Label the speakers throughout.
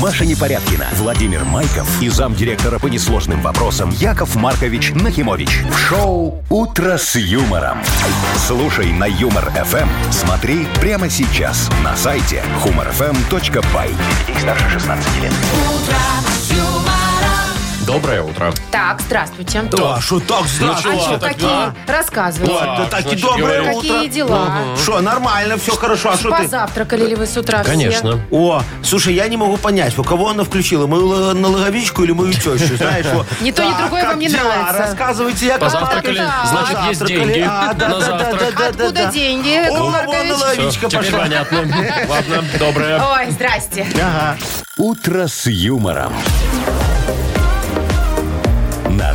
Speaker 1: Маша Непорядкина, Владимир Майков и замдиректора по несложным вопросам Яков Маркович Нахимович. В шоу «Утро с юмором». Слушай на «Юмор-ФМ». Смотри прямо сейчас на сайте humorfm.by. Здесь старше 16 лет.
Speaker 2: Доброе утро.
Speaker 3: Так, здравствуйте.
Speaker 4: Да, что так
Speaker 2: Ну
Speaker 3: А
Speaker 4: здравствуйте?
Speaker 3: что,
Speaker 4: так,
Speaker 3: какие?
Speaker 4: а?
Speaker 3: Рассказывайте.
Speaker 4: Вот, да так и
Speaker 2: значит,
Speaker 4: доброе
Speaker 2: говорю.
Speaker 4: утро.
Speaker 3: Какие дела?
Speaker 4: Что, нормально, все хорошо, а что ты?
Speaker 3: Позавтракали ли вы с утра все?
Speaker 2: Конечно.
Speaker 4: О, слушай, я не могу понять, у кого она включила, мою ло- налоговичку или мою тещу, знаешь? вот.
Speaker 3: Ни то, ни
Speaker 4: Так,
Speaker 3: другое
Speaker 4: как
Speaker 3: вам не
Speaker 4: дела?
Speaker 3: нравится.
Speaker 4: Рассказывайте, я А,
Speaker 2: Позавтракали? Значит, есть деньги на завтрак.
Speaker 3: Откуда деньги, Яков
Speaker 4: О, вон
Speaker 3: Маркович?
Speaker 2: Всё,
Speaker 4: налоговичка
Speaker 2: теперь
Speaker 4: пошла.
Speaker 2: понятно. Ладно, доброе.
Speaker 3: Ой, здрасте.
Speaker 1: «Утро с юмором». На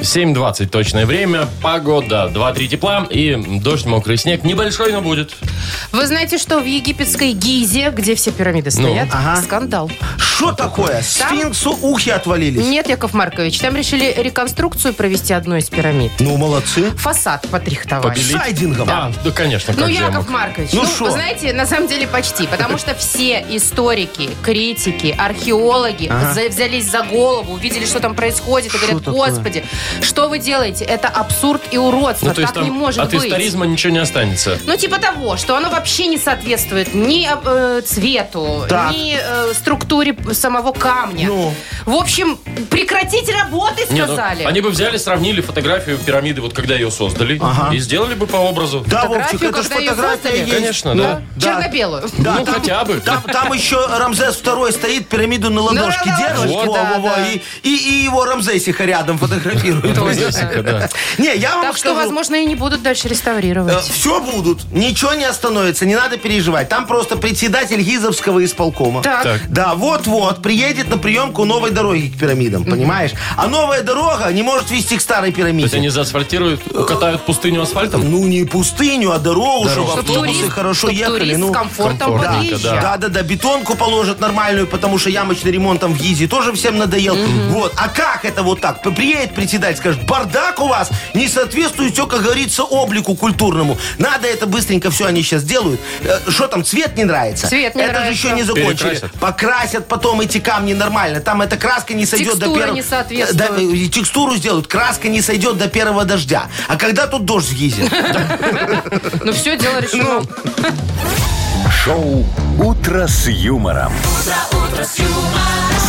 Speaker 2: 7.20 точное время, погода 2-3 тепла и дождь, мокрый снег. Небольшой, но будет.
Speaker 3: Вы знаете, что в египетской Гизе, где все пирамиды стоят,
Speaker 4: ага.
Speaker 3: скандал.
Speaker 4: Что такое? Сфинксу ухи отвалились.
Speaker 3: Нет, Яков Маркович, там решили реконструкцию провести одной из пирамид.
Speaker 4: Ну, молодцы.
Speaker 3: Фасад потрихтовали.
Speaker 4: С сайдингом.
Speaker 2: А, да, конечно, как
Speaker 3: Ну,
Speaker 2: же я
Speaker 3: Яков
Speaker 2: мог.
Speaker 3: Маркович,
Speaker 4: Ну,
Speaker 3: ну,
Speaker 4: шо?
Speaker 3: вы знаете, на самом деле почти, потому что все историки, критики, археологи за- взялись за голову, увидели, что там происходит, и говорят,
Speaker 4: такое?
Speaker 3: господи, что вы делаете? Это абсурд и уродство,
Speaker 2: Ну, то есть
Speaker 3: так не
Speaker 2: там
Speaker 3: может
Speaker 2: от
Speaker 3: быть.
Speaker 2: историзма ничего не останется.
Speaker 3: Ну, типа того, что оно вообще не соответствует ни э, цвету,
Speaker 4: Так.
Speaker 3: ни э, структуре самого камня.
Speaker 4: Ну.
Speaker 3: В общем, прекратить работы,
Speaker 2: Не, ну,
Speaker 3: сказали.
Speaker 2: они бы взяли, сравнили фотографию пирамиды, вот когда ее создали, и сделали бы по образу.
Speaker 4: Да,
Speaker 3: Фотографию,
Speaker 4: Вовчик, это ж
Speaker 3: когда её
Speaker 4: фотография
Speaker 3: создали?
Speaker 4: есть.
Speaker 2: Конечно,
Speaker 4: Ну,
Speaker 2: да.
Speaker 3: Черно-белую.
Speaker 4: Да,
Speaker 2: ну,
Speaker 4: там-
Speaker 2: хотя бы.
Speaker 4: Там, там еще Рамзес второй стоит, пирамиду на ладошке
Speaker 3: на
Speaker 4: держит.
Speaker 3: ладошке,
Speaker 4: во,
Speaker 3: Ну, да,
Speaker 4: во, во,
Speaker 3: да.
Speaker 4: и, и- и его Рамзесиха рядом фотографирует.
Speaker 2: Рамзесиха, да.
Speaker 4: Не, я вам
Speaker 3: Так что, возможно, и не будут дальше реставрировать.
Speaker 4: все будут. Ничего не остановится, не надо переживать. Там просто председатель Гизовского исполкома.
Speaker 3: Так.
Speaker 2: Так.
Speaker 4: Да, вот-вот, приедет на приемку новой дороги к пирамидам, понимаешь? А новая дорога не может вести к старой
Speaker 2: То есть
Speaker 4: пирамиде.
Speaker 2: они заасфальтируют, укатают пустыню асфальтом?
Speaker 4: Ну, не пустыню, а дорогу, чтобы
Speaker 3: Чтоб
Speaker 4: автобусы
Speaker 3: турист-
Speaker 4: хорошо
Speaker 3: чтоб
Speaker 4: ехали.
Speaker 3: турист
Speaker 4: ну.
Speaker 3: с комфортом
Speaker 2: комфортненько,
Speaker 3: подъезжал.
Speaker 4: Да, да, да, бетонку положат нормальную, потому что ямочный ремонт там в Гизе тоже всем надоел. Вот. А как это вот так? Приедет председатель сказать. Скажешь, бардак у вас не соответствует, все, как говорится, облику культурному. Надо это быстренько все они сейчас делают. Что там, цвет не нравится?
Speaker 3: Цвет не
Speaker 4: это
Speaker 3: нравится.
Speaker 4: же еще не закончили.
Speaker 2: Перекрасят.
Speaker 4: Покрасят потом эти камни нормально. Там эта краска не сойдет до
Speaker 3: Текстура
Speaker 4: первого...
Speaker 3: не соответствует.
Speaker 4: Да, э, и текстуру сделают, краска не сойдет до первого дождя. А когда тут дождь сгизит?
Speaker 3: Ну все, дело решено.
Speaker 4: Ну,
Speaker 1: Шоу «Утро с юмором».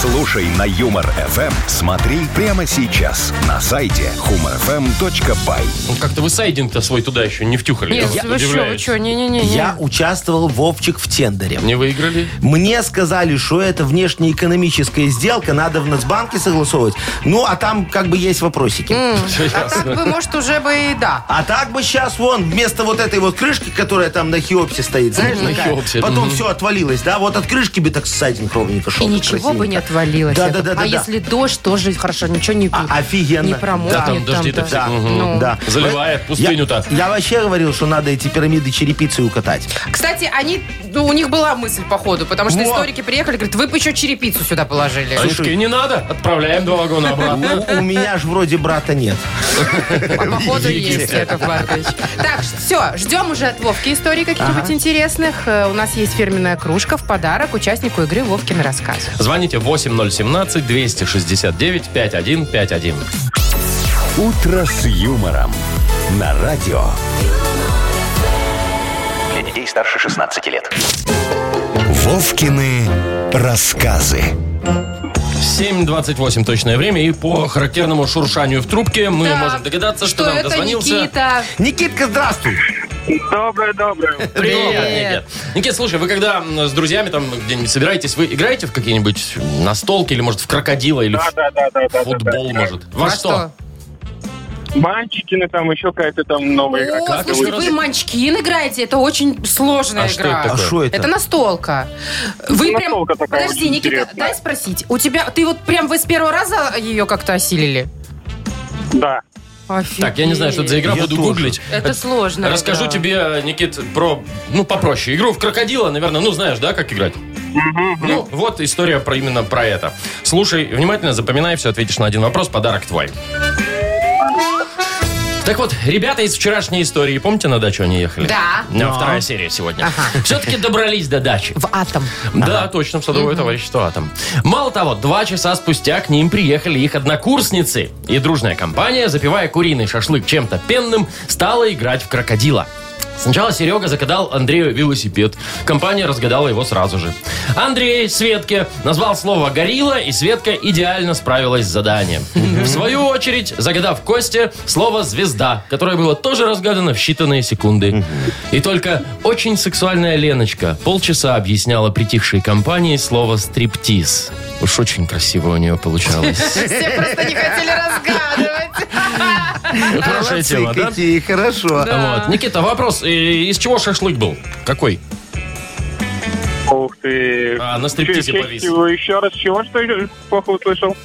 Speaker 1: Слушай на Юмор ФМ, смотри прямо сейчас на сайте humorfm.by.
Speaker 2: Ну, Как-то вы сайдинг-то свой туда еще не втюхали.
Speaker 3: Нет,
Speaker 2: Я
Speaker 3: вы что, вы
Speaker 2: удивляюсь.
Speaker 3: что, не-не-не.
Speaker 4: Я участвовал, Вовчик, в тендере.
Speaker 2: Не выиграли?
Speaker 4: Мне сказали, что это внешнеэкономическая сделка, надо в Нацбанке согласовывать. Ну, а там как бы есть вопросики.
Speaker 3: А так бы, может, уже бы и да.
Speaker 4: А так бы сейчас вон, вместо вот этой вот крышки, которая там на Хиопсе стоит, знаешь,
Speaker 2: Мгм.
Speaker 4: такая,
Speaker 2: На Хеопсе,
Speaker 4: потом
Speaker 2: мгм.
Speaker 4: все отвалилось, да, вот от крышки бы так ссадин ровненько шел.
Speaker 3: И ничего бы не отвалилось.
Speaker 4: Да,
Speaker 3: Яков.
Speaker 4: да, да,
Speaker 3: А
Speaker 4: да, да.
Speaker 3: если дождь, тоже хорошо, ничего не
Speaker 4: А, офигенно.
Speaker 3: Не
Speaker 2: Да, там
Speaker 3: промокнет.
Speaker 2: дожди-то
Speaker 3: да.
Speaker 2: все.
Speaker 4: Да,
Speaker 2: Мгм.
Speaker 3: Ну.
Speaker 4: да.
Speaker 2: Заливает пустыню-то.
Speaker 4: Я, я вообще говорил, что надо эти пирамиды черепицей укатать.
Speaker 3: Кстати, они, ну, у них была мысль, походу, потому что
Speaker 4: Во.
Speaker 3: историки приехали, говорят, вы бы еще черепицу сюда положили.
Speaker 2: Слушай, А не надо. Отправляем два вагона обратно.
Speaker 4: Ну, у меня ж вроде брата нет.
Speaker 3: А походу есть, Яков Маркович. Так, все, ждем уже от Вовки историй каких-нибудь интересных. Э, У нас есть фирменная кружка в подарок участнику игры «Вовкин рассказ».
Speaker 2: Звоните 8017-269-5151.
Speaker 1: «Утро с юмором» на радио.
Speaker 5: Для детей старше 16 лет.
Speaker 1: Вовкины рассказы.
Speaker 2: 7.28 точное время. И по характерному шуршанию в трубке мы
Speaker 3: Так,
Speaker 2: можем догадаться, что, нам
Speaker 3: это
Speaker 2: дозвонился.
Speaker 3: Никита.
Speaker 4: Никитка, здравствуй.
Speaker 6: Доброе-доброе.
Speaker 2: Привет, Никит. Никит, слушай, вы когда м, с друзьями там где-нибудь собираетесь, вы играете в какие-нибудь настолки или, может, в крокодила или в
Speaker 6: Да-да-да.
Speaker 2: футбол, может? Во
Speaker 3: А
Speaker 2: что?
Speaker 6: Манчикины там, еще какая-то там новая игра.
Speaker 3: О,
Speaker 2: как
Speaker 3: слушай,
Speaker 2: вы
Speaker 3: вы манчкин играете, это очень сложная
Speaker 2: А что
Speaker 3: игра.
Speaker 2: это
Speaker 4: А
Speaker 2: Такое.
Speaker 4: что это?
Speaker 3: Это настолка. Вы прям...
Speaker 6: настолка такая
Speaker 3: Подожди,
Speaker 6: очень
Speaker 3: Никита,
Speaker 6: интересная.
Speaker 3: дай спросить. У тебя... Ты вот прям вы с первого раза ее как-то осилили?
Speaker 6: Да.
Speaker 3: Офигеть.
Speaker 2: Так, я не знаю, что это за игра,
Speaker 4: Я
Speaker 2: буду
Speaker 4: тоже.
Speaker 2: гуглить.
Speaker 3: Это сложно.
Speaker 2: Расскажу тебе, Никит, про, ну, попроще. Игру в крокодила, наверное, ну, знаешь, да, как играть? Ну, вот история про именно про это. Слушай, внимательно запоминай все, ответишь на один вопрос, подарок твой. Так вот, ребята из вчерашней истории, помните, на дачу они ехали?
Speaker 3: Да.
Speaker 2: Ну, Вторая серия сегодня.
Speaker 3: Ага.
Speaker 2: Все-таки добрались до дачи.
Speaker 3: В атом.
Speaker 2: Да, точно, в садовое товарищество «Атом». Мало того, два часа спустя к ним приехали их однокурсницы. И дружная компания, запивая куриный шашлык чем-то пенным, стала играть в крокодила. Сначала Серега загадал Андрею велосипед. Компания разгадала его сразу же. Андрей Светке назвал слово «горилла», и Светка идеально справилась с заданием. В свою очередь, загадав Косте слово «звезда», которое было тоже разгадано в считанные секунды. И только очень сексуальная Леночка полчаса объясняла притихшей компании слово «стриптиз». Уж очень красиво у нее получалось.
Speaker 3: Все просто не хотели разгадывать.
Speaker 2: Хорошая тема, да?
Speaker 4: Какие, хорошо.
Speaker 2: Вот. Никита, вопрос. э, Из чего шашлык был? Какой?
Speaker 6: Ух ты.
Speaker 2: А, на стриптизе
Speaker 6: Чё,
Speaker 2: повис.
Speaker 6: чё, Еще раз, чего, что я плохо услышал?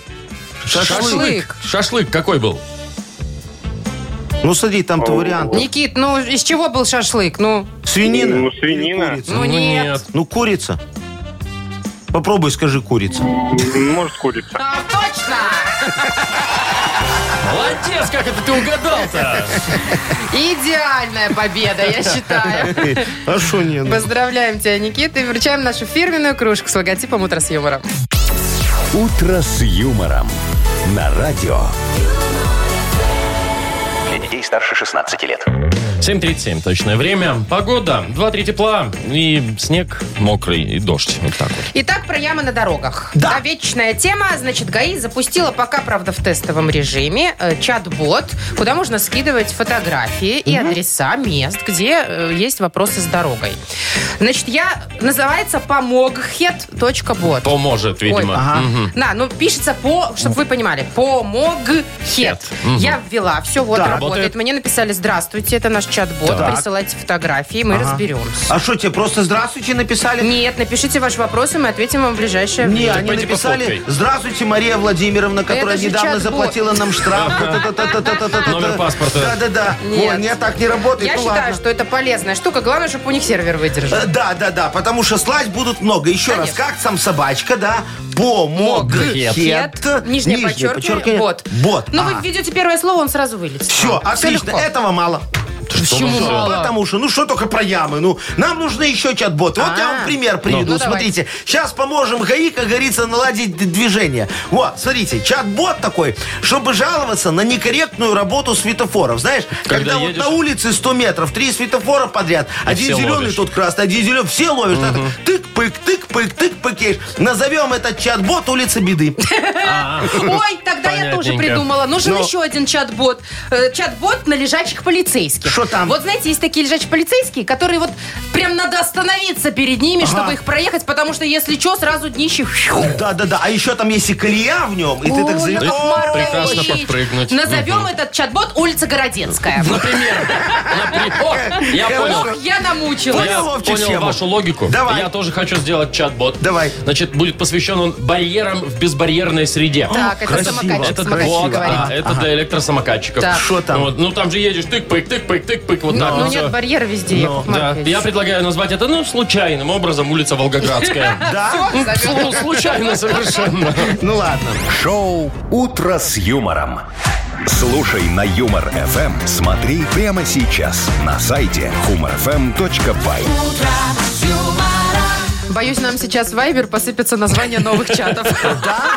Speaker 3: Шашлык.
Speaker 2: Шашлык какой был?
Speaker 4: Ну, смотри, там-то
Speaker 6: О.
Speaker 4: вариант.
Speaker 3: Никит, ну из чего был шашлык? Ну,
Speaker 4: Свинина?
Speaker 6: Ну, свинина.
Speaker 4: Или курица?
Speaker 3: ну нет.
Speaker 4: Ну, курица. Попробуй, скажи курица.
Speaker 6: Может, курица.
Speaker 3: А, точно!
Speaker 2: Молодец, как это ты угадал-то?
Speaker 3: Идеальная победа, я считаю.
Speaker 4: А что не? ну?
Speaker 3: Поздравляем тебя, Никита, и вручаем нашу фирменную кружку с логотипом «Утро с юмором».
Speaker 1: «Утро с юмором» на радио.
Speaker 5: Для детей старше 16 лет.
Speaker 2: 7.37 точное время. Погода 2-3 тепла и снег мокрый и дождь. Вот так вот.
Speaker 3: Итак, про ямы на дорогах. Да. вечная тема. Значит, ГАИ запустила пока, правда, в тестовом режиме э, чат-бот, куда можно скидывать фотографии и адреса мест, где э, есть вопросы с дорогой. Значит, я... Называется помогхет.бот.
Speaker 2: Поможет, видимо.
Speaker 3: Ой,
Speaker 4: ага.
Speaker 2: Мгм.
Speaker 3: Да, ну пишется по, чтобы вы понимали, помогхет.
Speaker 2: Мгм.
Speaker 3: Я ввела, все, вот
Speaker 2: Так.
Speaker 3: работает.
Speaker 2: Работает.
Speaker 3: Мне написали, здравствуйте, это наш чат-бот,
Speaker 4: Так.
Speaker 3: присылайте фотографии, мы разберемся.
Speaker 4: А что, тебе просто «здравствуйте» написали?
Speaker 3: Нет, напишите ваши вопросы, мы ответим вам в ближайшее
Speaker 4: Не,
Speaker 2: Так
Speaker 4: они
Speaker 2: пойди
Speaker 4: написали
Speaker 2: пофоткай.
Speaker 4: «Здравствуйте, Мария Владимировна, которая
Speaker 3: А же
Speaker 4: недавно
Speaker 3: чат-бот.
Speaker 4: заплатила нам штраф».
Speaker 2: Номер
Speaker 4: Номер
Speaker 2: паспорта.
Speaker 4: Да-да-да.
Speaker 3: Нет.
Speaker 4: Ой, Нет, так не работает.
Speaker 3: Я
Speaker 4: Ну,
Speaker 3: считаю,
Speaker 4: ладно.
Speaker 3: что это полезная штука. Главное, чтобы у них сервер выдержал.
Speaker 4: Э, Да, да, да, потому что слать будут много. Еще раз,
Speaker 3: Конечно.
Speaker 4: как сам собачка, да? Помогет.
Speaker 3: Хет, нижнее подчеркивание, бот.
Speaker 4: Бот.
Speaker 3: Но вы введете первое слово, он сразу вылетит.
Speaker 4: Все, отлично,
Speaker 3: легко.
Speaker 4: этого мало.
Speaker 3: Почему
Speaker 4: Ну,
Speaker 3: мало?
Speaker 4: Потому что, ну что только про ямы, ну, нам нужны еще чат-боты. Вот я
Speaker 3: А.
Speaker 4: вам пример приведу,
Speaker 3: Ну, давай.
Speaker 4: смотрите. Сейчас поможем ГАИ, как говорится, наладить д- движение. Вот, смотрите, чат-бот такой, чтобы жаловаться на некорректную работу светофоров. Знаешь,
Speaker 2: Когда
Speaker 4: когда, вот
Speaker 2: едешь-
Speaker 4: на улице 100 метров, три светофора подряд, один
Speaker 2: все
Speaker 4: зеленый,
Speaker 2: ловишь.
Speaker 4: тот красный, один зеленый, все ловишь. да, так, Тык-пык, тык-пык, тык-пык. едешь. Назовем этот чат-бот улица беды.
Speaker 3: Ой, тогда я тоже
Speaker 2: Понятненько.
Speaker 3: придумала. Нужен
Speaker 4: Ну.
Speaker 3: еще один чат-бот. Э, Чат-бот на лежачих полицейских.
Speaker 4: Шо там?
Speaker 3: Вот знаете, есть такие лежачие полицейские, которые вот прям надо остановиться перед ними, чтобы их проехать, потому что если что, сразу днище. фью.
Speaker 4: Да-да-да, а еще там есть и колея в нем, и ты так
Speaker 3: Ой,
Speaker 4: залетаешь.
Speaker 3: Яков Маркович.
Speaker 2: Прекрасно подпрыгнуть.
Speaker 3: Назовем этот чат-бот улица Городецкая.
Speaker 2: Например. Напри- О, я понял.
Speaker 3: Ох, я намучилась.
Speaker 2: Я
Speaker 4: Понял, Вовчик,
Speaker 2: понял
Speaker 4: схему?
Speaker 2: вашу логику.
Speaker 4: Давай.
Speaker 2: Я тоже хочу сделать чат-бот.
Speaker 4: Давай.
Speaker 2: Значит, будет посвящен он барьерам в безбарьерной среде.
Speaker 3: Так, это
Speaker 4: Красиво.
Speaker 3: самокатчик.
Speaker 2: Это
Speaker 3: самокатчик
Speaker 2: вот,
Speaker 3: говорит.
Speaker 2: а, это для электросамокатчиков.
Speaker 3: Так.
Speaker 4: Шо там?
Speaker 2: Вот, ну там же едешь тык-пык, тык-пык, тык-пык, вот так
Speaker 3: Ну
Speaker 2: вот всё.
Speaker 3: нет, барьера везде, Яков
Speaker 2: Да,
Speaker 3: Маркович.
Speaker 2: я предлагаю назвать это, ну, случайным образом улица Волгоградская.
Speaker 4: Да?
Speaker 3: Всё, зовём.
Speaker 2: Ну, Случайно совершенно.
Speaker 4: Ну ладно.
Speaker 1: Шоу «Утро с юмором». Слушай на Юмор ФМ. Смотри прямо сейчас на сайте humorfm.by.
Speaker 3: Боюсь, нам сейчас в Вайбер посыпется название новых чатов. Да?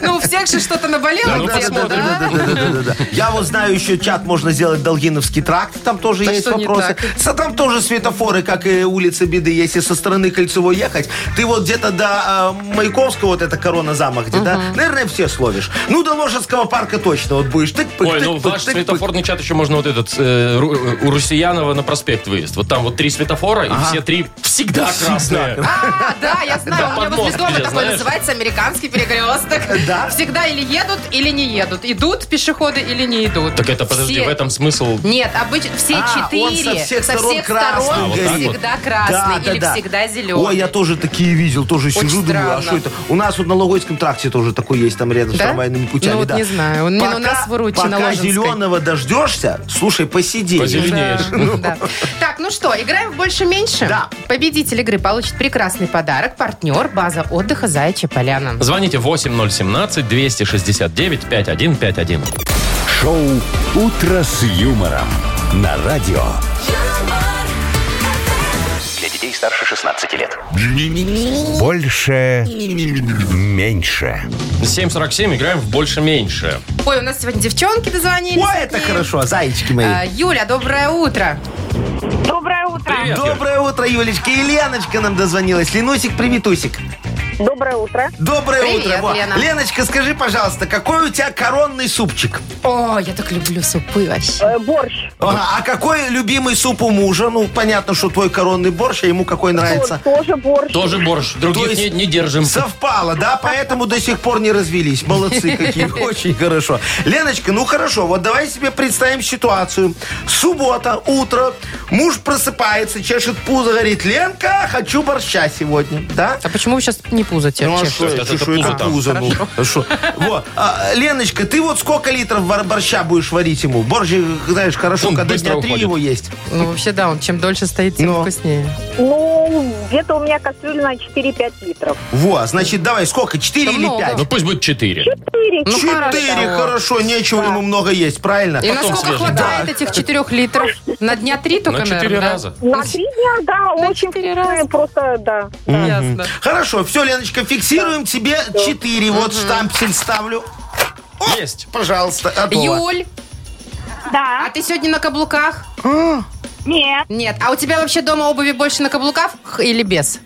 Speaker 3: Ну, у всех же что-то наболело
Speaker 2: Да, ну,
Speaker 3: где-то,
Speaker 2: посмотрим.
Speaker 3: да?
Speaker 4: Да-да-да-да-да-да. Я вот знаю еще чат, можно сделать Долгиновский тракт, там тоже
Speaker 3: Да
Speaker 4: есть
Speaker 3: что не
Speaker 4: вопросы.
Speaker 3: так?
Speaker 4: Со- Там тоже светофоры, как и улица Беды, если со стороны Кольцевой ехать. Ты вот где-то до э, Маяковского, вот это корона замок где, да? Наверное, все словишь. Ну, до Ложецкого парка точно вот будешь. Тык, пык,
Speaker 2: Ой,
Speaker 4: тык,
Speaker 2: ну
Speaker 4: пык,
Speaker 2: ваш
Speaker 4: тык, пык.
Speaker 2: светофорный чат еще можно вот этот э, Ру- у Русиянова на проспект выезд. Вот там вот три светофора, и все три всегда красные.
Speaker 3: А, да, я знаю, у меня
Speaker 2: под
Speaker 3: возле
Speaker 2: мост
Speaker 3: дома
Speaker 2: где,
Speaker 3: такой
Speaker 2: знаешь?
Speaker 3: называется американский перекресток.
Speaker 4: Да?
Speaker 3: Всегда или едут, или не едут. Идут пешеходы или не идут.
Speaker 2: Так это, подожди,
Speaker 3: Все-
Speaker 2: в этом смысл...
Speaker 3: Нет, обычно все
Speaker 4: А, он
Speaker 3: четыре
Speaker 4: со всех сторон красный
Speaker 2: А,
Speaker 4: А,
Speaker 3: сторон
Speaker 4: горит.
Speaker 3: всегда красный или всегда зеленый.
Speaker 4: Ой, я тоже такие видел, тоже
Speaker 3: Очень
Speaker 4: сижу, думаю,
Speaker 3: странно.
Speaker 4: а что это? У нас вот на Логойском тракте тоже такой есть, там рядом
Speaker 3: Да?
Speaker 4: с трамвайными путями.
Speaker 3: Ну вот
Speaker 4: да.
Speaker 3: не знаю, он не у нас в Уручи, на
Speaker 4: пока
Speaker 3: Ложинской.
Speaker 4: зеленого дождешься, слушай, посиди.
Speaker 2: Позеленеешь.
Speaker 3: Да. Так, ну что, играем в больше-меньше?
Speaker 4: Да.
Speaker 3: Победитель игры получит прекрасный подарок. Партнер база отдыха «Заячья поляна».
Speaker 2: Звоните 8017-269-5151.
Speaker 1: Шоу «Утро с юмором» на радио.
Speaker 7: юмор,
Speaker 5: Для детей старше 16 лет.
Speaker 1: Больше. Меньше.
Speaker 2: 747 играем в больше-меньше.
Speaker 3: Ой, у нас сегодня девчонки дозвонились.
Speaker 4: Ой, это
Speaker 3: И,
Speaker 4: хорошо, а зайчики мои.
Speaker 3: э, Юля, доброе утро.
Speaker 8: Доброе утро.
Speaker 2: Привет, Юль.
Speaker 4: Доброе утро, Юлечка. И Леночка нам дозвонилась. Ленусик, приметусик.
Speaker 8: Доброе утро.
Speaker 4: Доброе
Speaker 3: Привет,
Speaker 4: утро. Во.
Speaker 3: Лена.
Speaker 4: Леночка, скажи, пожалуйста, какой у тебя коронный супчик?
Speaker 3: О, я так люблю супы вообще.
Speaker 8: Э, борщ.
Speaker 4: Ага, а какой любимый суп у мужа? Ну, понятно, что твой коронный борщ, а ему какой нравится.
Speaker 8: Вот, тоже борщ.
Speaker 2: Тоже борщ. Других
Speaker 4: То есть-
Speaker 2: не, не держим.
Speaker 4: Совпало, да? Поэтому до сих пор не развелись. Молодцы какие. Очень хорошо. Леночка, ну хорошо, вот давай себе представим ситуацию. Суббота, утро, муж просыпается, чешет пузо, говорит, Ленка, хочу борща сегодня, да?
Speaker 3: А почему вы сейчас не пузо
Speaker 4: Ну, а
Speaker 3: терчите?
Speaker 4: что,
Speaker 2: это
Speaker 4: это, что
Speaker 2: пузо
Speaker 4: это
Speaker 2: там.
Speaker 4: пузо, ну, а что? Вот, а, Леночка, ты вот сколько литров вар- борща будешь варить ему? Борщ, знаешь, хорошо,
Speaker 2: Он
Speaker 4: когда
Speaker 2: быстро
Speaker 4: дня три
Speaker 2: уходит.
Speaker 4: его есть.
Speaker 3: Ну, вообще, да, он чем дольше стоит, тем
Speaker 4: Ну.
Speaker 3: вкуснее.
Speaker 8: Ну, где-то у меня кастрюля на 4-5 литров.
Speaker 4: Во, значит, давай, сколько, четыре
Speaker 3: Да
Speaker 4: или
Speaker 3: много.
Speaker 4: пять?
Speaker 2: Ну пусть будет 4.
Speaker 8: Четыре.
Speaker 3: Ну,
Speaker 4: Четыре,
Speaker 3: хорошо.
Speaker 4: хорошо, нечего ему много есть, правильно?
Speaker 3: И насколько
Speaker 2: свежий.
Speaker 3: хватает этих четырех литров? На дня три только,
Speaker 2: На 4
Speaker 3: наверное, да?
Speaker 2: раза.
Speaker 8: На три дня, да, очень
Speaker 3: четыре
Speaker 8: вкусная,
Speaker 3: раза.
Speaker 8: просто, да.
Speaker 3: Ясно.
Speaker 4: Хорошо, все, Леночка, фиксируем тебе 4. Вот штампсель ставлю.
Speaker 2: Есть.
Speaker 4: Пожалуйста, готово.
Speaker 3: Юль, а
Speaker 8: Да,
Speaker 3: ты сегодня на каблуках?
Speaker 8: нет,
Speaker 3: Нет. А у тебя вообще дома обуви больше на каблуках или без?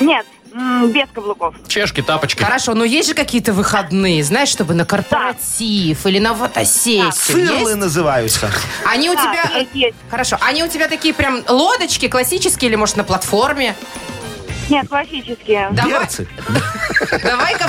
Speaker 8: нет, м, без каблуков.
Speaker 2: Чешки, тапочки.
Speaker 3: Хорошо, но есть же какие-то выходные, знаешь, чтобы на корпоратив или на фотосессию.
Speaker 4: Сырлы
Speaker 3: Есть?
Speaker 4: называются.
Speaker 3: Они у
Speaker 8: Да,
Speaker 3: тебя...
Speaker 8: А, есть, есть.
Speaker 3: Хорошо. Они у тебя такие прям лодочки классические или, может, на платформе?
Speaker 8: Нет, классические.
Speaker 3: Давай-
Speaker 4: Перцы.
Speaker 3: Давай-ка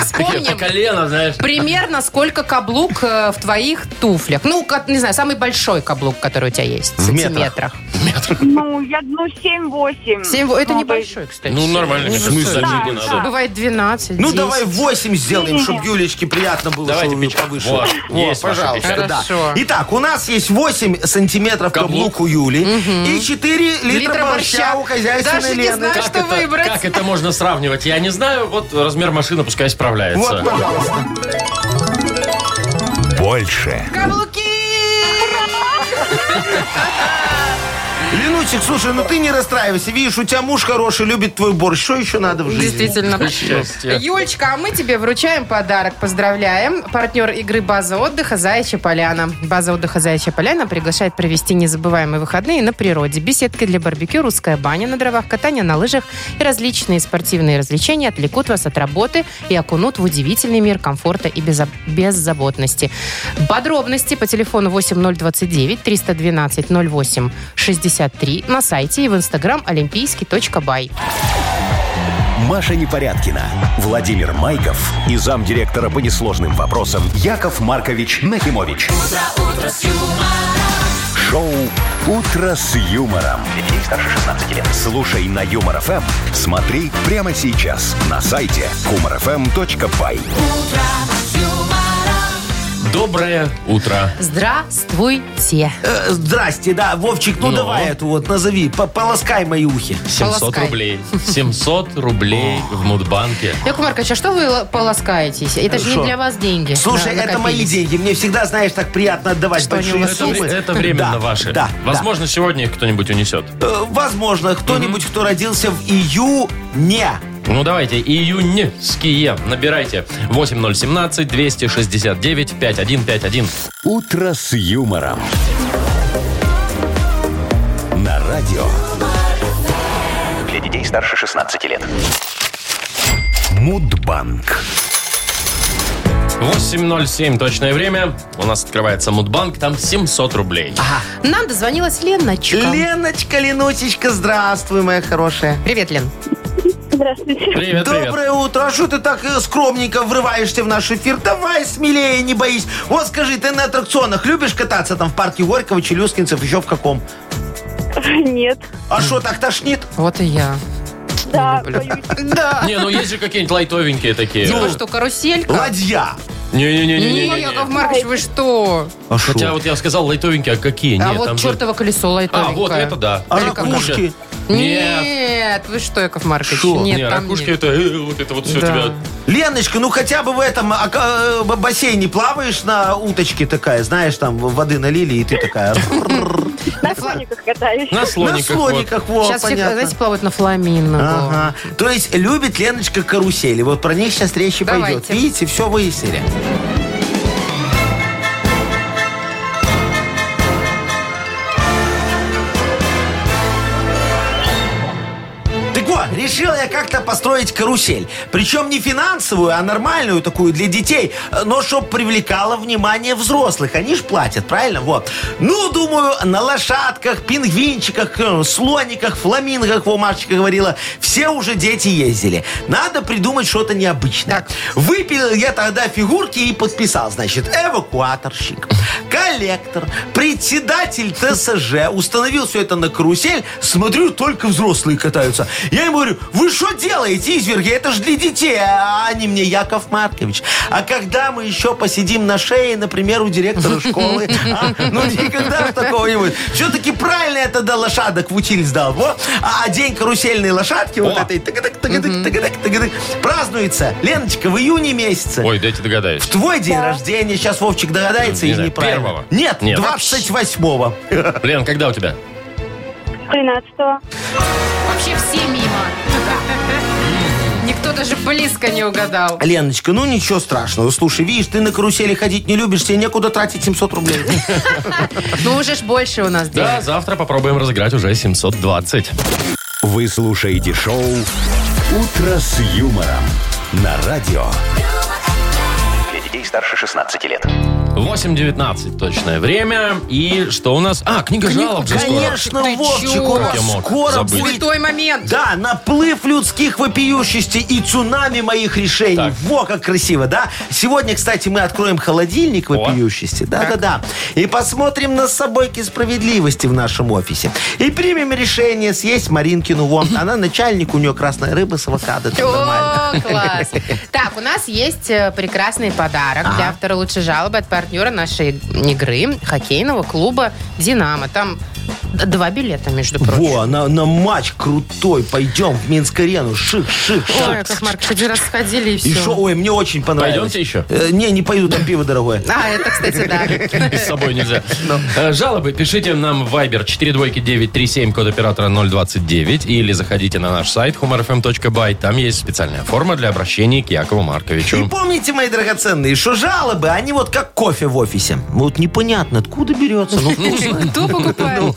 Speaker 2: Такие по
Speaker 3: вспомним.
Speaker 2: колено, знаешь.
Speaker 3: Примерно сколько каблук э, в твоих туфлях? Ну, как, не знаю, самый большой каблук, который у тебя есть. В
Speaker 4: метрах.
Speaker 3: сантиметрах.
Speaker 8: Ну, я ну 7-8.
Speaker 3: Семь- это
Speaker 8: Ну,
Speaker 3: небольшой, кстати.
Speaker 2: Ну, нормально,
Speaker 3: Не
Speaker 2: в смысле,
Speaker 3: высокий.
Speaker 8: да,
Speaker 2: не
Speaker 8: да.
Speaker 2: надо.
Speaker 3: Бывает 12,
Speaker 4: Ну,
Speaker 3: 10.
Speaker 4: давай 8 сделаем,
Speaker 8: Не-не-не.
Speaker 4: чтобы Юлечке приятно было,
Speaker 2: Давайте,
Speaker 4: что у неё
Speaker 2: Петя.
Speaker 4: повыше.
Speaker 2: Вот,
Speaker 4: Во,
Speaker 2: есть ваша
Speaker 4: пожалуйста,
Speaker 3: печать.
Speaker 4: да.
Speaker 3: Хорошо.
Speaker 4: Итак, у нас есть 8 сантиметров
Speaker 2: Каблук.
Speaker 4: каблук, у Юли и 4 литра,
Speaker 3: Литра
Speaker 4: борща,
Speaker 3: борща.
Speaker 4: у хозяйственной
Speaker 3: Даже не
Speaker 4: Лены.
Speaker 3: знаю, А что
Speaker 2: это,
Speaker 3: выбрать?
Speaker 2: как это можно сравнивать? Я не знаю. Вот размер машины пускай справляется.
Speaker 4: Вот, пожалуйста.
Speaker 1: Больше.
Speaker 3: Каблуки!
Speaker 4: Ленусик, слушай, ну ты не расстраивайся. Видишь, у тебя муж хороший, любит твой борщ. Что еще надо в жизни?
Speaker 3: Действительно.
Speaker 2: Счастье.
Speaker 3: Юлечка, а мы тебе вручаем подарок. Поздравляем. Партнер игры «База отдыха» «Заячья поляна». «База отдыха» «Заячья поляна» приглашает провести незабываемые выходные на природе. Беседки для барбекю, русская баня на дровах, катание на лыжах и различные спортивные развлечения отвлекут вас от работы и окунут в удивительный мир комфорта и безо- беззаботности. Подробности по телефону 8029 312 08 63 на сайте и в инстаграм олимпийский.бай.
Speaker 1: Маша Непорядкина, Владимир Майков и замдиректора по несложным вопросам Яков Маркович Нахимович. Шоу Утро с юмором. Детей старше 16 лет. Слушай на юмор ФМ. Смотри прямо сейчас на сайте humorfm.by.
Speaker 2: Доброе утро.
Speaker 3: Здравствуйте!
Speaker 4: Э, здрасте, да, Вовчик, ну
Speaker 2: Ну.
Speaker 4: давай эту вот назови, по- полоскай мои ухи.
Speaker 2: 700
Speaker 3: Полоскай.
Speaker 2: рублей. 700 рублей в Мудбанке.
Speaker 3: Яков Маркович, а что вы л- полоскаетесь? Это же не
Speaker 4: Что?
Speaker 3: для вас деньги.
Speaker 4: Слушай,
Speaker 3: на-
Speaker 4: это мои
Speaker 3: накопились. деньги.
Speaker 4: деньги. Мне всегда, знаешь, так приятно отдавать
Speaker 3: Что, они у
Speaker 4: большие
Speaker 3: вас
Speaker 2: Это,
Speaker 4: суммы.
Speaker 2: вре- это временно
Speaker 4: Да,
Speaker 2: ваши.
Speaker 4: Да. да.
Speaker 2: Возможно, сегодня их кто-нибудь унесет.
Speaker 4: Э, Возможно, кто-нибудь, кто родился в июне.
Speaker 2: Ну, давайте, июньские. Набирайте 8017-269-5151.
Speaker 1: Утро с юмором. На радио
Speaker 5: Для детей старше 16 лет.
Speaker 1: Мудбанк.
Speaker 2: 8.07 точное время. У нас открывается Мудбанк, там 700 рублей.
Speaker 4: А,
Speaker 3: Нам дозвонилась Леночка.
Speaker 4: Леночка, Ленусечка, здравствуй, моя хорошая.
Speaker 3: Привет, Лен.
Speaker 8: Здравствуйте.
Speaker 2: Привет, привет.
Speaker 4: Доброе утро. А что ты так э, скромненько врываешься в наш эфир? Давай смелее, не боись. Вот скажи, ты на аттракционах любишь кататься там в парке Горького, Челюскинцев, еще в каком?
Speaker 8: Нет.
Speaker 4: А что, так тошнит?
Speaker 3: Вот и я.
Speaker 8: Да,
Speaker 3: люблю.
Speaker 8: боюсь.
Speaker 4: Да.
Speaker 2: Не, ну есть же какие-нибудь лайтовенькие такие.
Speaker 3: Типа что, каруселька?
Speaker 4: Ладья.
Speaker 3: Не, Яков
Speaker 2: Не-не-не.
Speaker 3: Маркович, вы что?
Speaker 4: А
Speaker 2: Хотя вот я сказал лайтовенькие, а какие?
Speaker 3: а
Speaker 2: Нет,
Speaker 3: вот
Speaker 2: там же-
Speaker 3: чертово колесо лайтовенькое.
Speaker 2: А, вот это да.
Speaker 4: А
Speaker 3: Или как оно?
Speaker 4: ракушки?
Speaker 2: Нет.
Speaker 3: Нет, вы что, Яков Маркович?
Speaker 4: Шо?
Speaker 3: Нет,
Speaker 2: Не,
Speaker 3: там
Speaker 2: ракушки
Speaker 3: нет.
Speaker 2: это, э, вот это вот все
Speaker 3: Да.
Speaker 2: тебя...
Speaker 4: Леночка, ну хотя бы в этом а, ка- э, бассейне плаваешь на уточке такая, знаешь, там воды налили, и ты такая...
Speaker 8: На слониках катаюсь.
Speaker 3: Ну.
Speaker 2: На
Speaker 4: На
Speaker 2: слониках. вот.
Speaker 4: слониках, вот,
Speaker 3: Сейчас все,
Speaker 4: понятно.
Speaker 3: знаете, плавают на фламинго.
Speaker 4: Ага. То есть любит Леночка карусели. Вот про них сейчас речь и пойдет.
Speaker 3: Давайте.
Speaker 4: Видите, все выяснили. Так вот, решила я как-то построить карусель. Причем не финансовую, а нормальную такую для детей. э, Но чтоб привлекала внимание взрослых. Они ж платят, правильно? Вот. Ну, думаю, на лошадках, пингвинчиках, э, слониках, фламингах, во, Машечка говорила, все уже дети ездили. Надо придумать что-то необычное. Выпилил я тогда фигурки и подписал, значит, эвакуаторщик, коллектор, председатель ТСЖ. Установил все это на карусель. Смотрю, только взрослые катаются. Я им говорю, вы что делаете, изверги? Это же для детей. А они мне, Яков Маркович. А когда мы еще посидим на шее, например, у директора школы? А? Ну, никогда ж такого не будет. Все-таки правильно я тогда лошадок в утиль сдал. Вот. А день карусельной лошадки вот
Speaker 2: О.
Speaker 4: этой тык-тык, тык-тык, тык-тык, тык-тык, празднуется, Леночка, в июне месяце.
Speaker 2: Ой, дайте догадаюсь.
Speaker 4: В твой день рождения, сейчас Вовчик догадается
Speaker 2: Не
Speaker 4: или
Speaker 2: знаю,
Speaker 4: неправильно.
Speaker 2: первого?
Speaker 4: Нет,
Speaker 2: Нет.
Speaker 4: 28-го.
Speaker 2: Лен, когда у тебя?
Speaker 8: 13-го.
Speaker 3: Вообще все мимо. Никто даже близко не угадал.
Speaker 4: Леночка, ну ничего страшного. Слушай, видишь, ты на карусели ходить не любишь, тебе некуда тратить 700 рублей.
Speaker 3: Ну, уже ж больше у нас денег.
Speaker 2: Да, завтра попробуем разыграть уже 720.
Speaker 1: Вы слушаете шоу Утро с юмором. На радио
Speaker 5: Для детей старше 16 лет.
Speaker 2: 8.19 точное время. И что у нас? А, книга жалоб же скоро.
Speaker 4: Конечно,
Speaker 3: Ты
Speaker 4: Вовчик,
Speaker 3: чё?
Speaker 4: у
Speaker 2: Как я
Speaker 4: нас
Speaker 2: мог
Speaker 4: скоро
Speaker 2: забыть?
Speaker 4: будет...
Speaker 3: Святой момент.
Speaker 4: Да, наплыв людских вопиющестей и цунами моих решений.
Speaker 2: Так.
Speaker 4: Во, как красиво, да? Сегодня, кстати, мы откроем холодильник вопиющести. Да-да-да. И посмотрим на собойки справедливости в нашем офисе. И примем решение съесть Маринкину вон. Она начальник, у нее красная рыба с авокадо. там нормально.
Speaker 3: О, класс. Так, у нас есть э, прекрасный подарок для автора лучшей жалобы от партнера нашей игры, хоккейного клуба «Динамо». Там д- два билета, между прочим.
Speaker 4: Во, на, на матч крутой. Пойдем в Минск-арену. Шик, шик, шик.
Speaker 3: Ой, как Марк, один раз сходили и все.
Speaker 4: И шо, ой, мне очень понравилось.
Speaker 2: Пойдемте еще?
Speaker 4: Э, не, не пойду, там пиво дорогое.
Speaker 3: А, это, кстати, да.
Speaker 2: И с собой нельзя. Э, Жалобы пишите нам в Viber 42937, код оператора 029, или заходите на наш сайт humorfm.by. Там есть специальная форма для обращения к Якову
Speaker 4: И
Speaker 2: Марковичу.
Speaker 4: помните, мои драгоценные, что жалобы, они вот как кофе в офисе. Вот непонятно, откуда берется. Ну, вкусно.
Speaker 3: Кто покупает?
Speaker 4: Ну,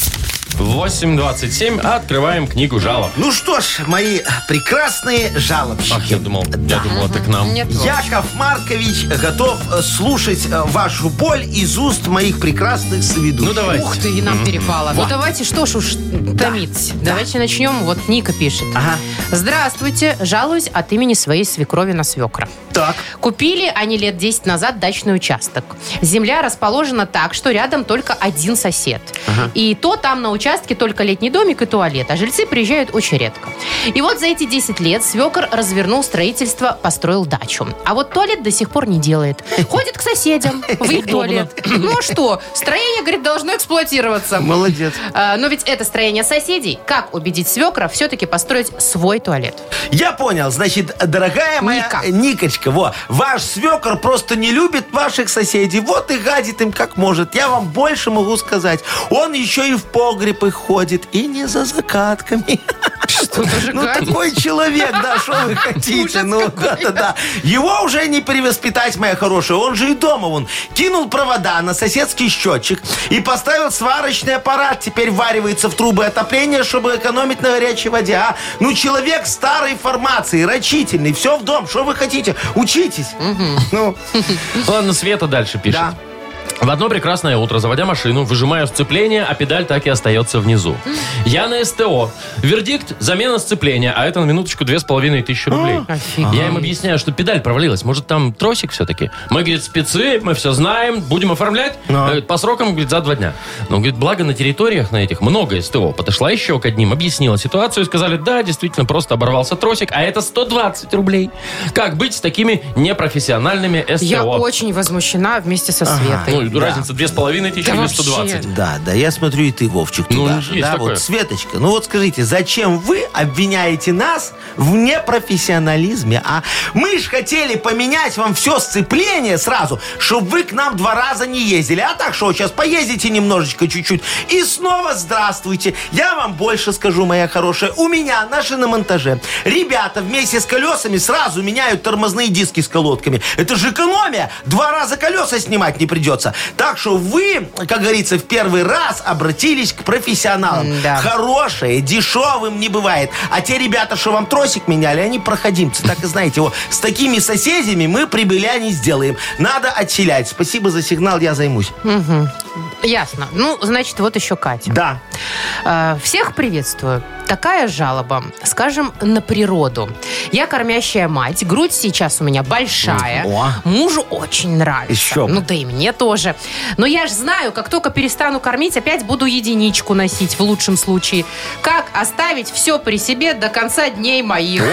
Speaker 2: 8.27, открываем книгу жалоб.
Speaker 4: Ну что ж, мои прекрасные жалобщики.
Speaker 2: Ах, я думал, я думал, это к нам.
Speaker 3: Нет,
Speaker 4: Яков Маркович готов э, слушать э, вашу боль из уст моих прекрасных соведущих.
Speaker 2: Ну, давайте.
Speaker 3: Ух ты, и нам перепало. Ну давайте, что ж уж томить. Давайте начнем. Вот Ника пишет.
Speaker 4: Ага.
Speaker 3: Здравствуйте, жалуюсь от имени своей свекрови на свекра.
Speaker 4: Так.
Speaker 3: Купили они лет 10 назад дачный участок. Земля расположена так, что рядом только один сосед. И то там на участке только летний домик и туалет, а жильцы приезжают очень редко. И вот за эти 10 лет свекор развернул строительство, построил дачу. А вот туалет до сих пор не делает. Ходит к соседям в их туалет. Ну а что, строение, говорит, должно эксплуатироваться.
Speaker 4: Молодец.
Speaker 3: А, Но ведь это строение соседей. Как убедить свекра все-таки построить свой туалет?
Speaker 4: Я понял. Значит, дорогая моя
Speaker 3: Ника.
Speaker 4: э, Никочка, во, ваш свекор просто не любит ваших соседей. Вот и гадит им как может. Я вам больше могу сказать. Он еще и в погреб их ходит. И не за закатками. Ну, такой человек, да, что вы хотите? Ну, да-да-да. Его уже не перевоспитать, моя хорошая. Он же и дома вон. Кинул провода на соседский счетчик и поставил сварочный аппарат. Теперь варивается в трубы отопления, чтобы экономить на горячей воде. а. Ну, человек старой формации, рачительный. Все в дом. Что вы хотите? Учитесь. Ну,
Speaker 2: Ладно, Света дальше пишет.
Speaker 4: да.
Speaker 2: В одно прекрасное утро, заводя машину, выжимаю сцепление, а педаль так и остается внизу. Я на СТО. Вердикт – замена сцепления, а это на минуточку две с половиной тысячи рублей. Я им объясняю, что педаль провалилась. Может, там тросик все-таки? Мы, говорит, спецы, мы все знаем, будем оформлять. Говорит, По срокам, говорит, за два дня. Но, говорит, благо на территориях на этих много СТО. Подошла еще к одним, объяснила ситуацию и сказали, да, действительно, просто оборвался тросик, а это 120 рублей. Как быть с такими непрофессиональными СТО?
Speaker 3: Я очень возмущена вместе со Светой.
Speaker 2: Ну, разница две с половиной тысячи
Speaker 3: Да
Speaker 2: или
Speaker 3: вообще.
Speaker 2: 120.
Speaker 4: Да, да, я смотрю, и ты, Вовчик,
Speaker 2: Ну,
Speaker 4: туда же.
Speaker 2: есть
Speaker 4: Да,
Speaker 2: такое.
Speaker 4: вот, Светочка, ну вот скажите, зачем вы обвиняете нас в непрофессионализме, а? Мы ж хотели поменять вам все сцепление сразу, чтобы вы к нам два раза не ездили. А так что, сейчас поездите немножечко, чуть-чуть, и снова здравствуйте. Я вам больше скажу, моя хорошая, у меня, наши на монтаже, ребята вместе с колесами сразу меняют тормозные диски с колодками. Это же экономия. Два раза колеса снимать не придется. Так что вы, как говорится, в первый раз обратились к профессионалам.
Speaker 3: М-да.
Speaker 4: Хорошее, дешевым не бывает. А те ребята, что вам тросик меняли, они проходимцы. Так и знаете, вот, с такими соседями мы прибыля не сделаем. Надо отселять. Спасибо за сигнал, я займусь.
Speaker 3: Ясно. Ну, значит, вот еще Катя.
Speaker 4: Да.
Speaker 3: Э, Всех приветствую. Такая жалоба, скажем, на природу. Я кормящая мать, грудь сейчас у меня большая.
Speaker 4: О.
Speaker 3: Мужу очень нравится.
Speaker 4: Еще бы.
Speaker 3: Ну да и мне тоже. Но я же знаю, как только перестану кормить, опять буду единичку носить в лучшем случае. Как оставить все при себе до конца дней моих?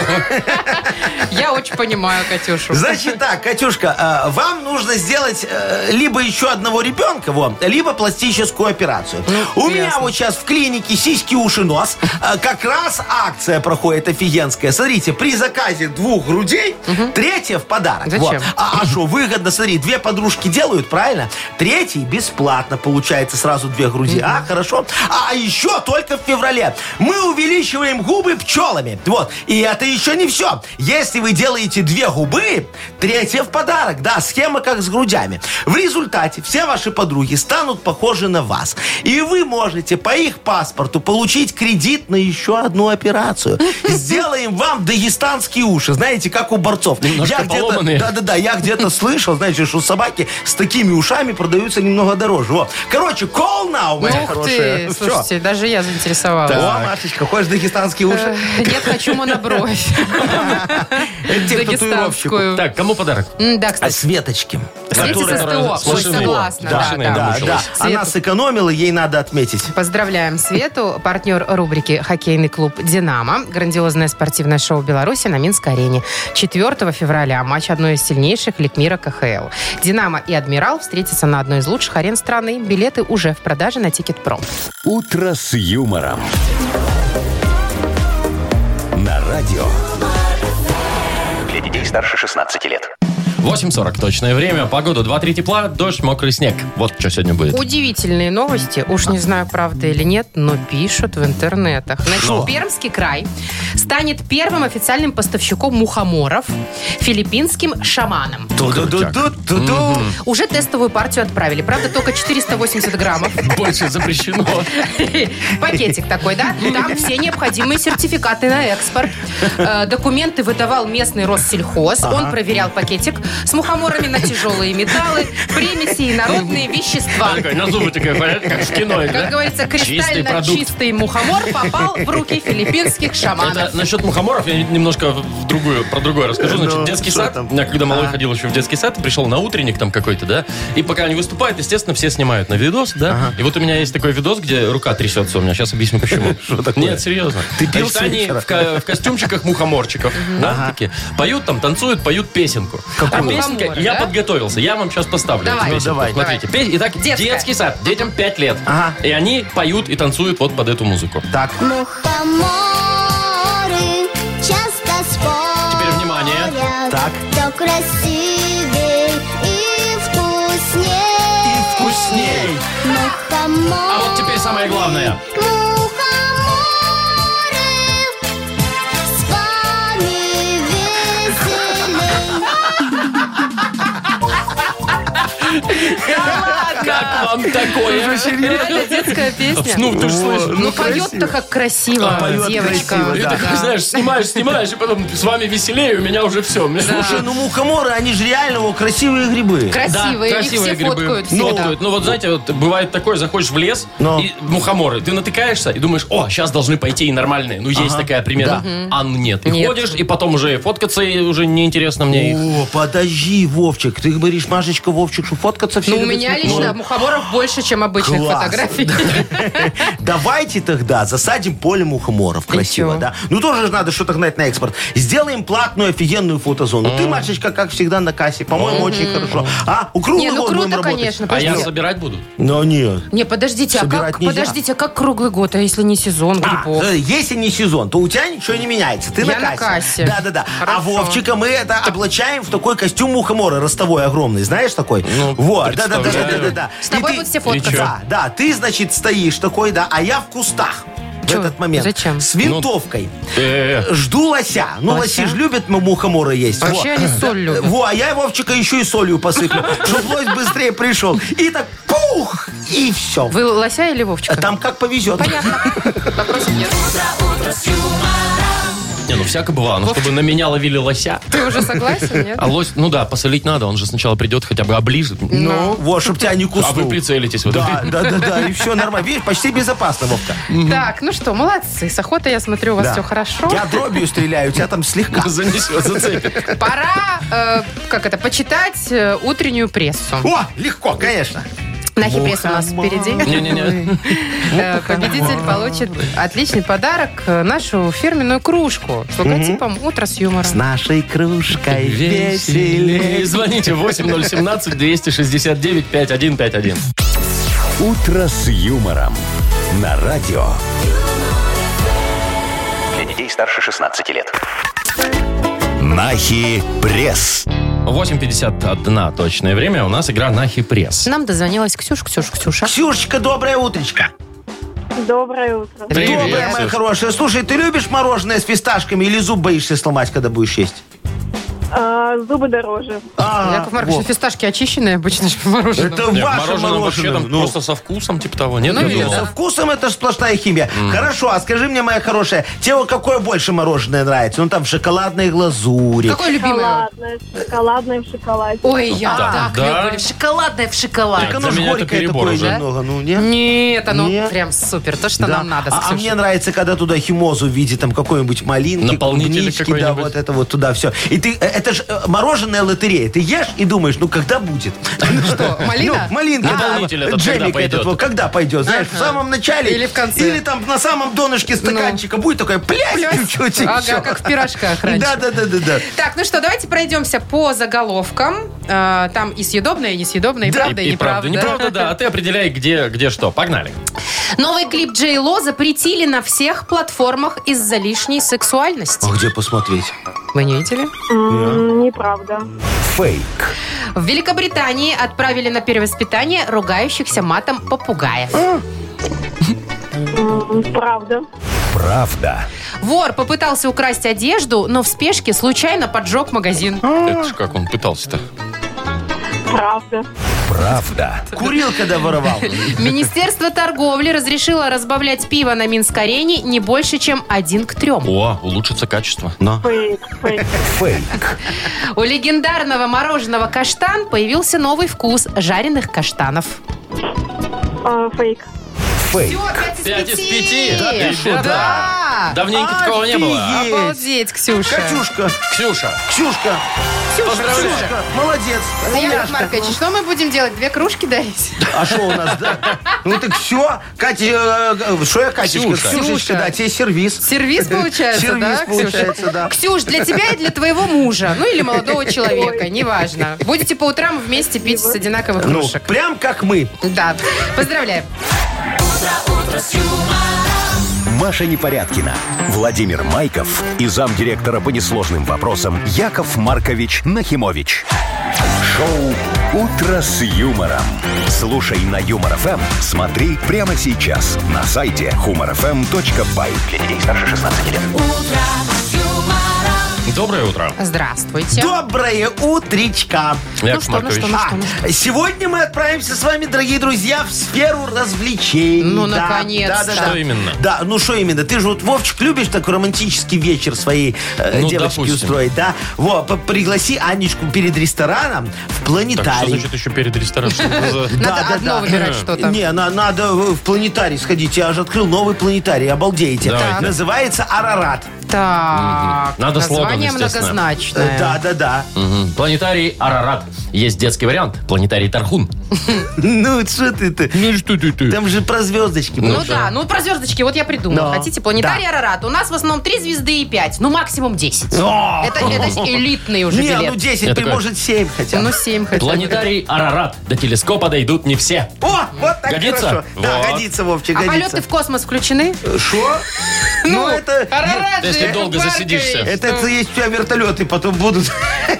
Speaker 3: Я очень понимаю, Катюшу.
Speaker 4: Значит так, Катюшка, э, вам нужно сделать э, либо еще одного ребенка, вот, либо пластическую операцию. У
Speaker 3: Ну,
Speaker 4: меня
Speaker 3: ясно.
Speaker 4: вот сейчас в клинике сиськи, уши, нос. Э, Как раз акция проходит офигенская. Смотрите, при заказе двух грудей, третья в подарок.
Speaker 3: Зачем?
Speaker 4: Вот. А а что, выгодно, смотри, две подружки делают, правильно? Третий бесплатно получается сразу две груди. А, хорошо. А еще только в феврале мы увеличиваем губы пчелами. Вот. И это еще не все. Если вы делаете две губы, третья в подарок. Да, схема как с грудями. В результате все ваши подруги станут похожи на вас. И вы можете по их паспорту получить кредит на еще одну операцию. Сделаем вам дагестанские уши. Знаете, как у борцов.
Speaker 2: Немножко
Speaker 4: где-то-
Speaker 2: поломанные.
Speaker 4: да, да-да-да, я где-то слышал, знаете, что собаки с такими ушами продаются немного дороже. Вот. Короче, call now, моя
Speaker 3: Ух
Speaker 4: хорошая.
Speaker 3: ты,
Speaker 4: Всё.
Speaker 3: слушайте, даже я заинтересовалась.
Speaker 4: О, Машечка, хочешь дагестанские
Speaker 3: Э,
Speaker 4: уши?
Speaker 3: Нет, хочу монобровь.
Speaker 4: Это тебе к татуировщику.
Speaker 3: Дагестанскую.
Speaker 2: Так, кому подарок?
Speaker 3: М, Да,
Speaker 4: А
Speaker 3: кстати.
Speaker 4: Светочки.
Speaker 3: Свети
Speaker 2: которая-
Speaker 3: со
Speaker 2: которая
Speaker 3: СТО,
Speaker 2: с
Speaker 3: ой,
Speaker 2: машиной. Да,
Speaker 3: согласна, да,
Speaker 2: машиной
Speaker 3: да.
Speaker 4: Да, да.
Speaker 2: мучилась.
Speaker 4: Она
Speaker 3: Свету.
Speaker 4: сэкономила, ей надо отметить.
Speaker 3: Поздравляем Свету, партнер рубрики «Хоккейный клуб «Динамо». Грандиозное спортивное шоу Беларуси на Минской арене. 4 февраля матч одной из сильнейших лиг мира КХЛ. «Динамо» и «Адмирал» встретятся на одной из лучших арен страны. Билеты уже в продаже на Тикет.Про.
Speaker 1: «Утро с юмором». На радио.
Speaker 5: Для детей старше 16 лет.
Speaker 2: 8.40 точное время. Погода 2-3 тепла, дождь, мокрый снег. Вот что сегодня будет.
Speaker 3: Удивительные новости. Уж не знаю, правда или нет, но пишут в интернетах. Значит,
Speaker 4: Что?
Speaker 3: Пермский край станет первым официальным поставщиком мухоморов филиппинским шаманам.
Speaker 4: Ту-ду-ду-ду-ду-ду.
Speaker 3: Уже тестовую партию отправили. Правда, только 480 граммов.
Speaker 2: Больше запрещено.
Speaker 3: Пакетик такой, да? Там все необходимые сертификаты на экспорт. Э, Документы выдавал местный Россельхоз. Он проверял пакетик с мухоморами на тяжелые металлы, примеси и народные вещества.
Speaker 2: Такой, на зубы такая, понятно, как в кино.
Speaker 3: Как говорится,
Speaker 2: Чистый
Speaker 3: кристально
Speaker 2: продукт.
Speaker 3: чистый мухомор попал в руки филиппинских шаманов.
Speaker 2: Это насчет мухоморов я немножко в другую, про другое расскажу. Значит,
Speaker 4: Ну,
Speaker 2: детский
Speaker 4: что
Speaker 2: сад.
Speaker 4: там? А.
Speaker 2: Я когда малой ходил еще в детский сад, пришел на утренник там какой-то, да. И пока они выступают, естественно, все снимают на видос, да. И вот у меня есть такой видос, где рука трясется у меня. Сейчас объясню, почему. Нет, серьезно.
Speaker 4: Ты пил
Speaker 2: Значит, они
Speaker 4: вчера?
Speaker 2: в ко- в костюмчиках мухоморчиков, да, такие. Поют там, танцуют, поют песенку. А песенка,
Speaker 3: Мухоморы,
Speaker 2: я
Speaker 3: да?
Speaker 2: подготовился, я вам сейчас поставлю. эту
Speaker 3: Давай. Ну,
Speaker 2: песенку.
Speaker 4: давай.
Speaker 2: Смотрите. Пе- Итак,
Speaker 3: Детская.
Speaker 2: детский сад, детям 5 лет.
Speaker 4: Ага.
Speaker 2: И они поют и танцуют вот под эту музыку.
Speaker 4: Так.
Speaker 7: Мухоморы часто спорят.
Speaker 2: Теперь внимание.
Speaker 4: Так.
Speaker 7: Кто красивей и
Speaker 4: И
Speaker 7: вкусней.
Speaker 4: вкусней.
Speaker 7: Мухоморы.
Speaker 2: А вот теперь самое главное.
Speaker 7: Мухоморы. С вами веселей.
Speaker 3: А
Speaker 2: Как вам такое?
Speaker 3: Реально детская песня.
Speaker 2: Ну, ты же слышишь.
Speaker 3: Ну, поет-то как красиво,
Speaker 4: А, поет
Speaker 3: девочка.
Speaker 4: красиво,
Speaker 2: Ты
Speaker 4: да.
Speaker 2: такой, знаешь, снимаешь, снимаешь, и потом с вами веселее, у меня уже все.
Speaker 4: Слушай, ну мухоморы, они же реально о, красивые грибы.
Speaker 3: Красивые, их все фоткают
Speaker 2: Ну,
Speaker 3: всегда.
Speaker 2: ну, вот знаете, вот бывает такое, заходишь в лес,
Speaker 4: Ну.
Speaker 2: и мухоморы, ты натыкаешься и думаешь, о, сейчас должны пойти и нормальные. Ну, есть такая примера. А нет. И
Speaker 3: Нет. Ну,
Speaker 2: ходишь, и потом уже фоткаться и уже неинтересно мне их.
Speaker 4: О, подожди, Вовчик. Ты говоришь, Машечка, Вовчик, что фоткаться все
Speaker 3: Ну, у
Speaker 4: любят
Speaker 3: меня
Speaker 4: с
Speaker 3: лично мухоморов больше, чем обычных
Speaker 4: Класс.
Speaker 3: фотографий.
Speaker 4: Давайте тогда засадим поле мухоморов. Красиво,
Speaker 3: чё?
Speaker 4: да? Ну, тоже же надо что-то гнать на экспорт. Сделаем платную офигенную фотозону. Ты, Машечка, как всегда, на кассе. По-моему, очень хорошо. А, у круглый
Speaker 3: Не, ну
Speaker 4: год будем
Speaker 3: круто,
Speaker 4: работать.
Speaker 3: конечно.
Speaker 2: А я
Speaker 3: подожди.
Speaker 2: собирать буду.
Speaker 4: Но нет.
Speaker 3: Не, подождите, а
Speaker 4: Собирать
Speaker 3: как,
Speaker 4: нельзя.
Speaker 3: подождите, а как круглый год, а если не сезон
Speaker 4: А,
Speaker 3: грибов?
Speaker 4: э, если не сезон, то у тебя ничего не меняется. Ты
Speaker 3: Я на
Speaker 4: на
Speaker 3: кассе.
Speaker 4: кассе. Да-да-да. А
Speaker 3: Хорошо.
Speaker 4: Вовчика мы это облачаем в такой костюм мухомора ростовой огромный. Знаешь такой?
Speaker 2: Ну,
Speaker 4: вот,
Speaker 2: представляю.
Speaker 4: да-да-да-да-да.
Speaker 3: С тобой
Speaker 4: И ты-
Speaker 3: будут все фоткаться.
Speaker 2: И чё?
Speaker 4: Да, да, ты, значит, стоишь такой, да, а я в кустах. В
Speaker 3: Чё?
Speaker 4: этот момент.
Speaker 3: Зачем?
Speaker 4: С винтовкой.
Speaker 2: Э,
Speaker 4: Жду лося. Ну,
Speaker 3: Лося? А
Speaker 4: лоси же любят м- мухоморы есть.
Speaker 3: Вообще они соль любят.
Speaker 4: Во, а я Вовчика еще и солью посыплю, чтобы лось быстрее пришел. И так пух! И все.
Speaker 3: Вы лося или Вовчика?
Speaker 4: Там как повезет.
Speaker 3: Понятно. Вопросов нет.
Speaker 2: не, ну всяко бывало, но чтобы на меня ловили лося.
Speaker 3: Ты уже согласен, нет?
Speaker 2: А лось, ну да, посолить надо, он же сначала придет, хотя бы оближет.
Speaker 4: Ну, вот, чтобы тебя не
Speaker 2: А
Speaker 4: куснул.
Speaker 2: вы прицелитесь. вот.
Speaker 4: Да, да, да, да, и все нормально. Видишь, почти безопасно, Вовка.
Speaker 3: Так, ну что, молодцы. С охотой, я смотрю, у вас
Speaker 4: Да.
Speaker 3: все хорошо.
Speaker 4: Я дробью стреляю, у тебя там слегка.
Speaker 2: Занесет, Ну, зацепит.
Speaker 3: Пора, э, как это, почитать э, утреннюю прессу.
Speaker 4: О, легко, конечно.
Speaker 3: Нахи пресс у нас впереди.
Speaker 2: Не-не-не.
Speaker 3: Э, Победитель получит отличный подарок, э, нашу фирменную кружку с логотипом «Утро с юмором».
Speaker 4: С нашей кружкой
Speaker 2: Веселее.
Speaker 4: веселее.
Speaker 2: Звоните 8017-269-5151.
Speaker 1: «Утро с юмором». На радио.
Speaker 5: детей старше 16 лет.
Speaker 1: Нахи пресс.
Speaker 2: 8.51 точное время. У нас игра на пресс.
Speaker 3: Нам дозвонилась Ксюш, Ксюш, Ксюша.
Speaker 4: Ксюшечка, доброе утречко.
Speaker 8: Доброе утро.
Speaker 2: Привет,
Speaker 4: доброе, моя
Speaker 2: Ксюш.
Speaker 4: хорошая. Слушай, ты любишь мороженое с фисташками или зуб боишься сломать, когда будешь есть?
Speaker 8: А, зубы дороже.
Speaker 4: А,
Speaker 3: Яков Маркович,
Speaker 4: во.
Speaker 3: ну, фисташки очищенные обычно же по мороженому.
Speaker 4: Это
Speaker 2: Не,
Speaker 4: ваше
Speaker 2: Э, мороженое
Speaker 4: мороженое.
Speaker 2: вообще там
Speaker 4: ну.
Speaker 2: просто со вкусом типа того, нет?
Speaker 3: Ну,
Speaker 2: я
Speaker 3: или
Speaker 2: думал.
Speaker 4: Со вкусом это ж сплошная химия. Хорошо, а скажи мне, моя хорошая, тебе вот какое больше мороженое нравится? Ну там в шоколадной глазури.
Speaker 3: Какое любимое?
Speaker 8: Шоколадное, шоколадное в шоколаде.
Speaker 3: Ой, я
Speaker 2: Да.
Speaker 3: так
Speaker 2: Да.
Speaker 3: люблю. Шоколадное в
Speaker 2: Так,
Speaker 3: шоколаде.
Speaker 4: оно
Speaker 2: для
Speaker 4: ж
Speaker 2: меня это
Speaker 4: горькое
Speaker 2: перебор
Speaker 4: такое
Speaker 2: уже.
Speaker 4: немного, ну не?
Speaker 3: Нет, оно
Speaker 4: Нет.
Speaker 3: прям супер. То, что
Speaker 4: Да.
Speaker 3: нам надо с
Speaker 4: а, а
Speaker 3: Ксюшей.
Speaker 4: мне нравится, когда туда химозу в виде там какой-нибудь малинки,
Speaker 2: Наполнитель
Speaker 4: клубнички, да,
Speaker 2: какой-нибудь.
Speaker 4: вот это вот туда все. И ты, э, это же мороженое лотерея. Ты ешь и думаешь, ну когда будет?
Speaker 3: Что, малина?
Speaker 4: Ну, малинка,
Speaker 2: Наполнитель
Speaker 4: да,
Speaker 2: этот когда
Speaker 4: джемик
Speaker 2: пойдет?
Speaker 4: этот, вот, когда пойдет, знаешь, в самом начале.
Speaker 3: Или в конце. Ну.
Speaker 4: Или там на самом донышке стаканчика будет такое, плясь чуть-чуть. и
Speaker 3: Ага,
Speaker 4: всё.
Speaker 3: как в пирожках раньше.
Speaker 4: Да, да, да, да, да.
Speaker 3: Так, ну что, давайте пройдемся по заголовкам. Э, Там и съедобное, и несъедобное, и
Speaker 2: И-
Speaker 3: правда, и,
Speaker 2: и
Speaker 3: неправда.
Speaker 2: правда, неправда, да. А ты определяй, где, где что. Погнали.
Speaker 3: Новый клип Джей Ло запретили на всех платформах из-за лишней сексуальности.
Speaker 4: А где посмотреть?
Speaker 3: Вы не видели?
Speaker 8: М, Неправда.
Speaker 1: Фейк.
Speaker 3: В Великобритании отправили на перевоспитание ругающихся матом попугаев.
Speaker 8: М, Правда.
Speaker 1: Правда.
Speaker 3: Вор попытался украсть одежду, но в спешке случайно поджег магазин.
Speaker 2: Это ж как он пытался-то.
Speaker 8: Правда.
Speaker 1: Правда.
Speaker 4: Курил, когда воровал.
Speaker 3: Министерство торговли разрешило разбавлять пиво на Минск-арене не больше, чем один к трем.
Speaker 2: О, улучшится качество.
Speaker 8: Фейк, фейк.
Speaker 1: Фейк.
Speaker 3: У легендарного мороженого каштан появился новый вкус жареных каштанов.
Speaker 8: А, Фейк.
Speaker 1: Фейк.
Speaker 3: пять
Speaker 2: Пять из пяти. Да ты что,
Speaker 3: Да.
Speaker 2: Давненько такого не было.
Speaker 4: Офигеть.
Speaker 3: Обалдеть, Ксюша.
Speaker 4: Катюшка,
Speaker 2: Ксюша,
Speaker 4: Ксюшка,
Speaker 3: Ксюша,
Speaker 2: Поздравляю.
Speaker 3: Ксюша.
Speaker 4: Ксюшка, молодец.
Speaker 3: Яков
Speaker 4: умняшка.
Speaker 3: Маркович, что мы будем делать? Две кружки дарить?
Speaker 4: А что у нас, да? Ну так все, Катя, э, что я Катюшка?
Speaker 2: Ксюша.
Speaker 4: Ксюшечка, да, тебе сервис.
Speaker 3: Сервис получается,
Speaker 4: Сервис
Speaker 3: да, Ксюша?
Speaker 4: получается, да.
Speaker 3: Ксюш, для тебя и для твоего мужа, ну или молодого человека, неважно. Будете по утрам вместе пить с одинаковых
Speaker 4: Ну,
Speaker 3: кружек.
Speaker 4: прям как мы.
Speaker 3: Да. Поздравляем.
Speaker 1: Маша Непорядкина, Владимир Майков и замдиректора по несложным вопросам Яков Маркович Нахимович. Шоу «Утро с юмором». Слушай на Юмор ФМ, смотри прямо сейчас на сайте humorfm.by. Для детей старше 16 лет.
Speaker 2: доброе утро.
Speaker 3: Здравствуйте.
Speaker 4: Доброе утречка.
Speaker 3: Ну
Speaker 2: Яков
Speaker 3: что, ну что, ну
Speaker 2: Маркович.
Speaker 3: что, ну что.
Speaker 4: А, Сегодня мы отправимся с вами, дорогие друзья, в сферу развлечений.
Speaker 3: Ну,
Speaker 4: Да,
Speaker 3: наконец-то.
Speaker 4: да, да, да.
Speaker 2: Что именно?
Speaker 4: Да, ну что именно? Ты же вот, Вовчик, любишь такой романтический вечер своей э,
Speaker 2: Ну,
Speaker 4: девочке
Speaker 2: допустим.
Speaker 4: устроить, да? Во, п- пригласи Анечку перед рестораном в планетарий.
Speaker 2: Так, что значит еще перед рестораном? Что это за-
Speaker 3: Надо
Speaker 4: да,
Speaker 3: одно
Speaker 4: да.
Speaker 3: выбирать что-то.
Speaker 4: Не, на- надо в в планетарий сходить. Я же открыл новый планетарий, обалдеете.
Speaker 2: Давайте.
Speaker 4: Называется Арарат.
Speaker 3: Так.
Speaker 2: Мгм. Надо слоган,
Speaker 3: Название
Speaker 2: естественно.
Speaker 3: многозначное.
Speaker 4: Да, да, да.
Speaker 2: Мгм. Планетарий Арарат. Есть детский вариант. Планетарий Тархун.
Speaker 4: Ну, что ты-то?
Speaker 2: Ну что ты
Speaker 4: Там же про звездочки.
Speaker 3: Ну
Speaker 4: было.
Speaker 3: да, ну про звездочки вот я придумала.
Speaker 4: Да.
Speaker 3: Хотите, планетарий Арарат. У нас в основном три звезды и пять, ну максимум 10.
Speaker 4: О!
Speaker 3: Ну, Это, это ж элитный уже
Speaker 4: Не,
Speaker 3: билет.
Speaker 4: ну 10,
Speaker 2: такой-
Speaker 4: может 7 хотя бы.
Speaker 3: Ну, семь хотя бы.
Speaker 2: Планетарий Арарат. До телескопа дойдут не все.
Speaker 4: О, вот так
Speaker 2: Годится?
Speaker 4: хорошо. Да,
Speaker 2: Вот.
Speaker 4: годится, Вовчик,
Speaker 3: А полеты
Speaker 4: годится.
Speaker 3: в космос включены? а
Speaker 4: Что? Ну, это...
Speaker 3: Арарат
Speaker 2: Если
Speaker 3: Яков
Speaker 2: долго
Speaker 3: Маркович.
Speaker 2: засидишься.
Speaker 4: Это это есть у тебя вертолеты потом будут.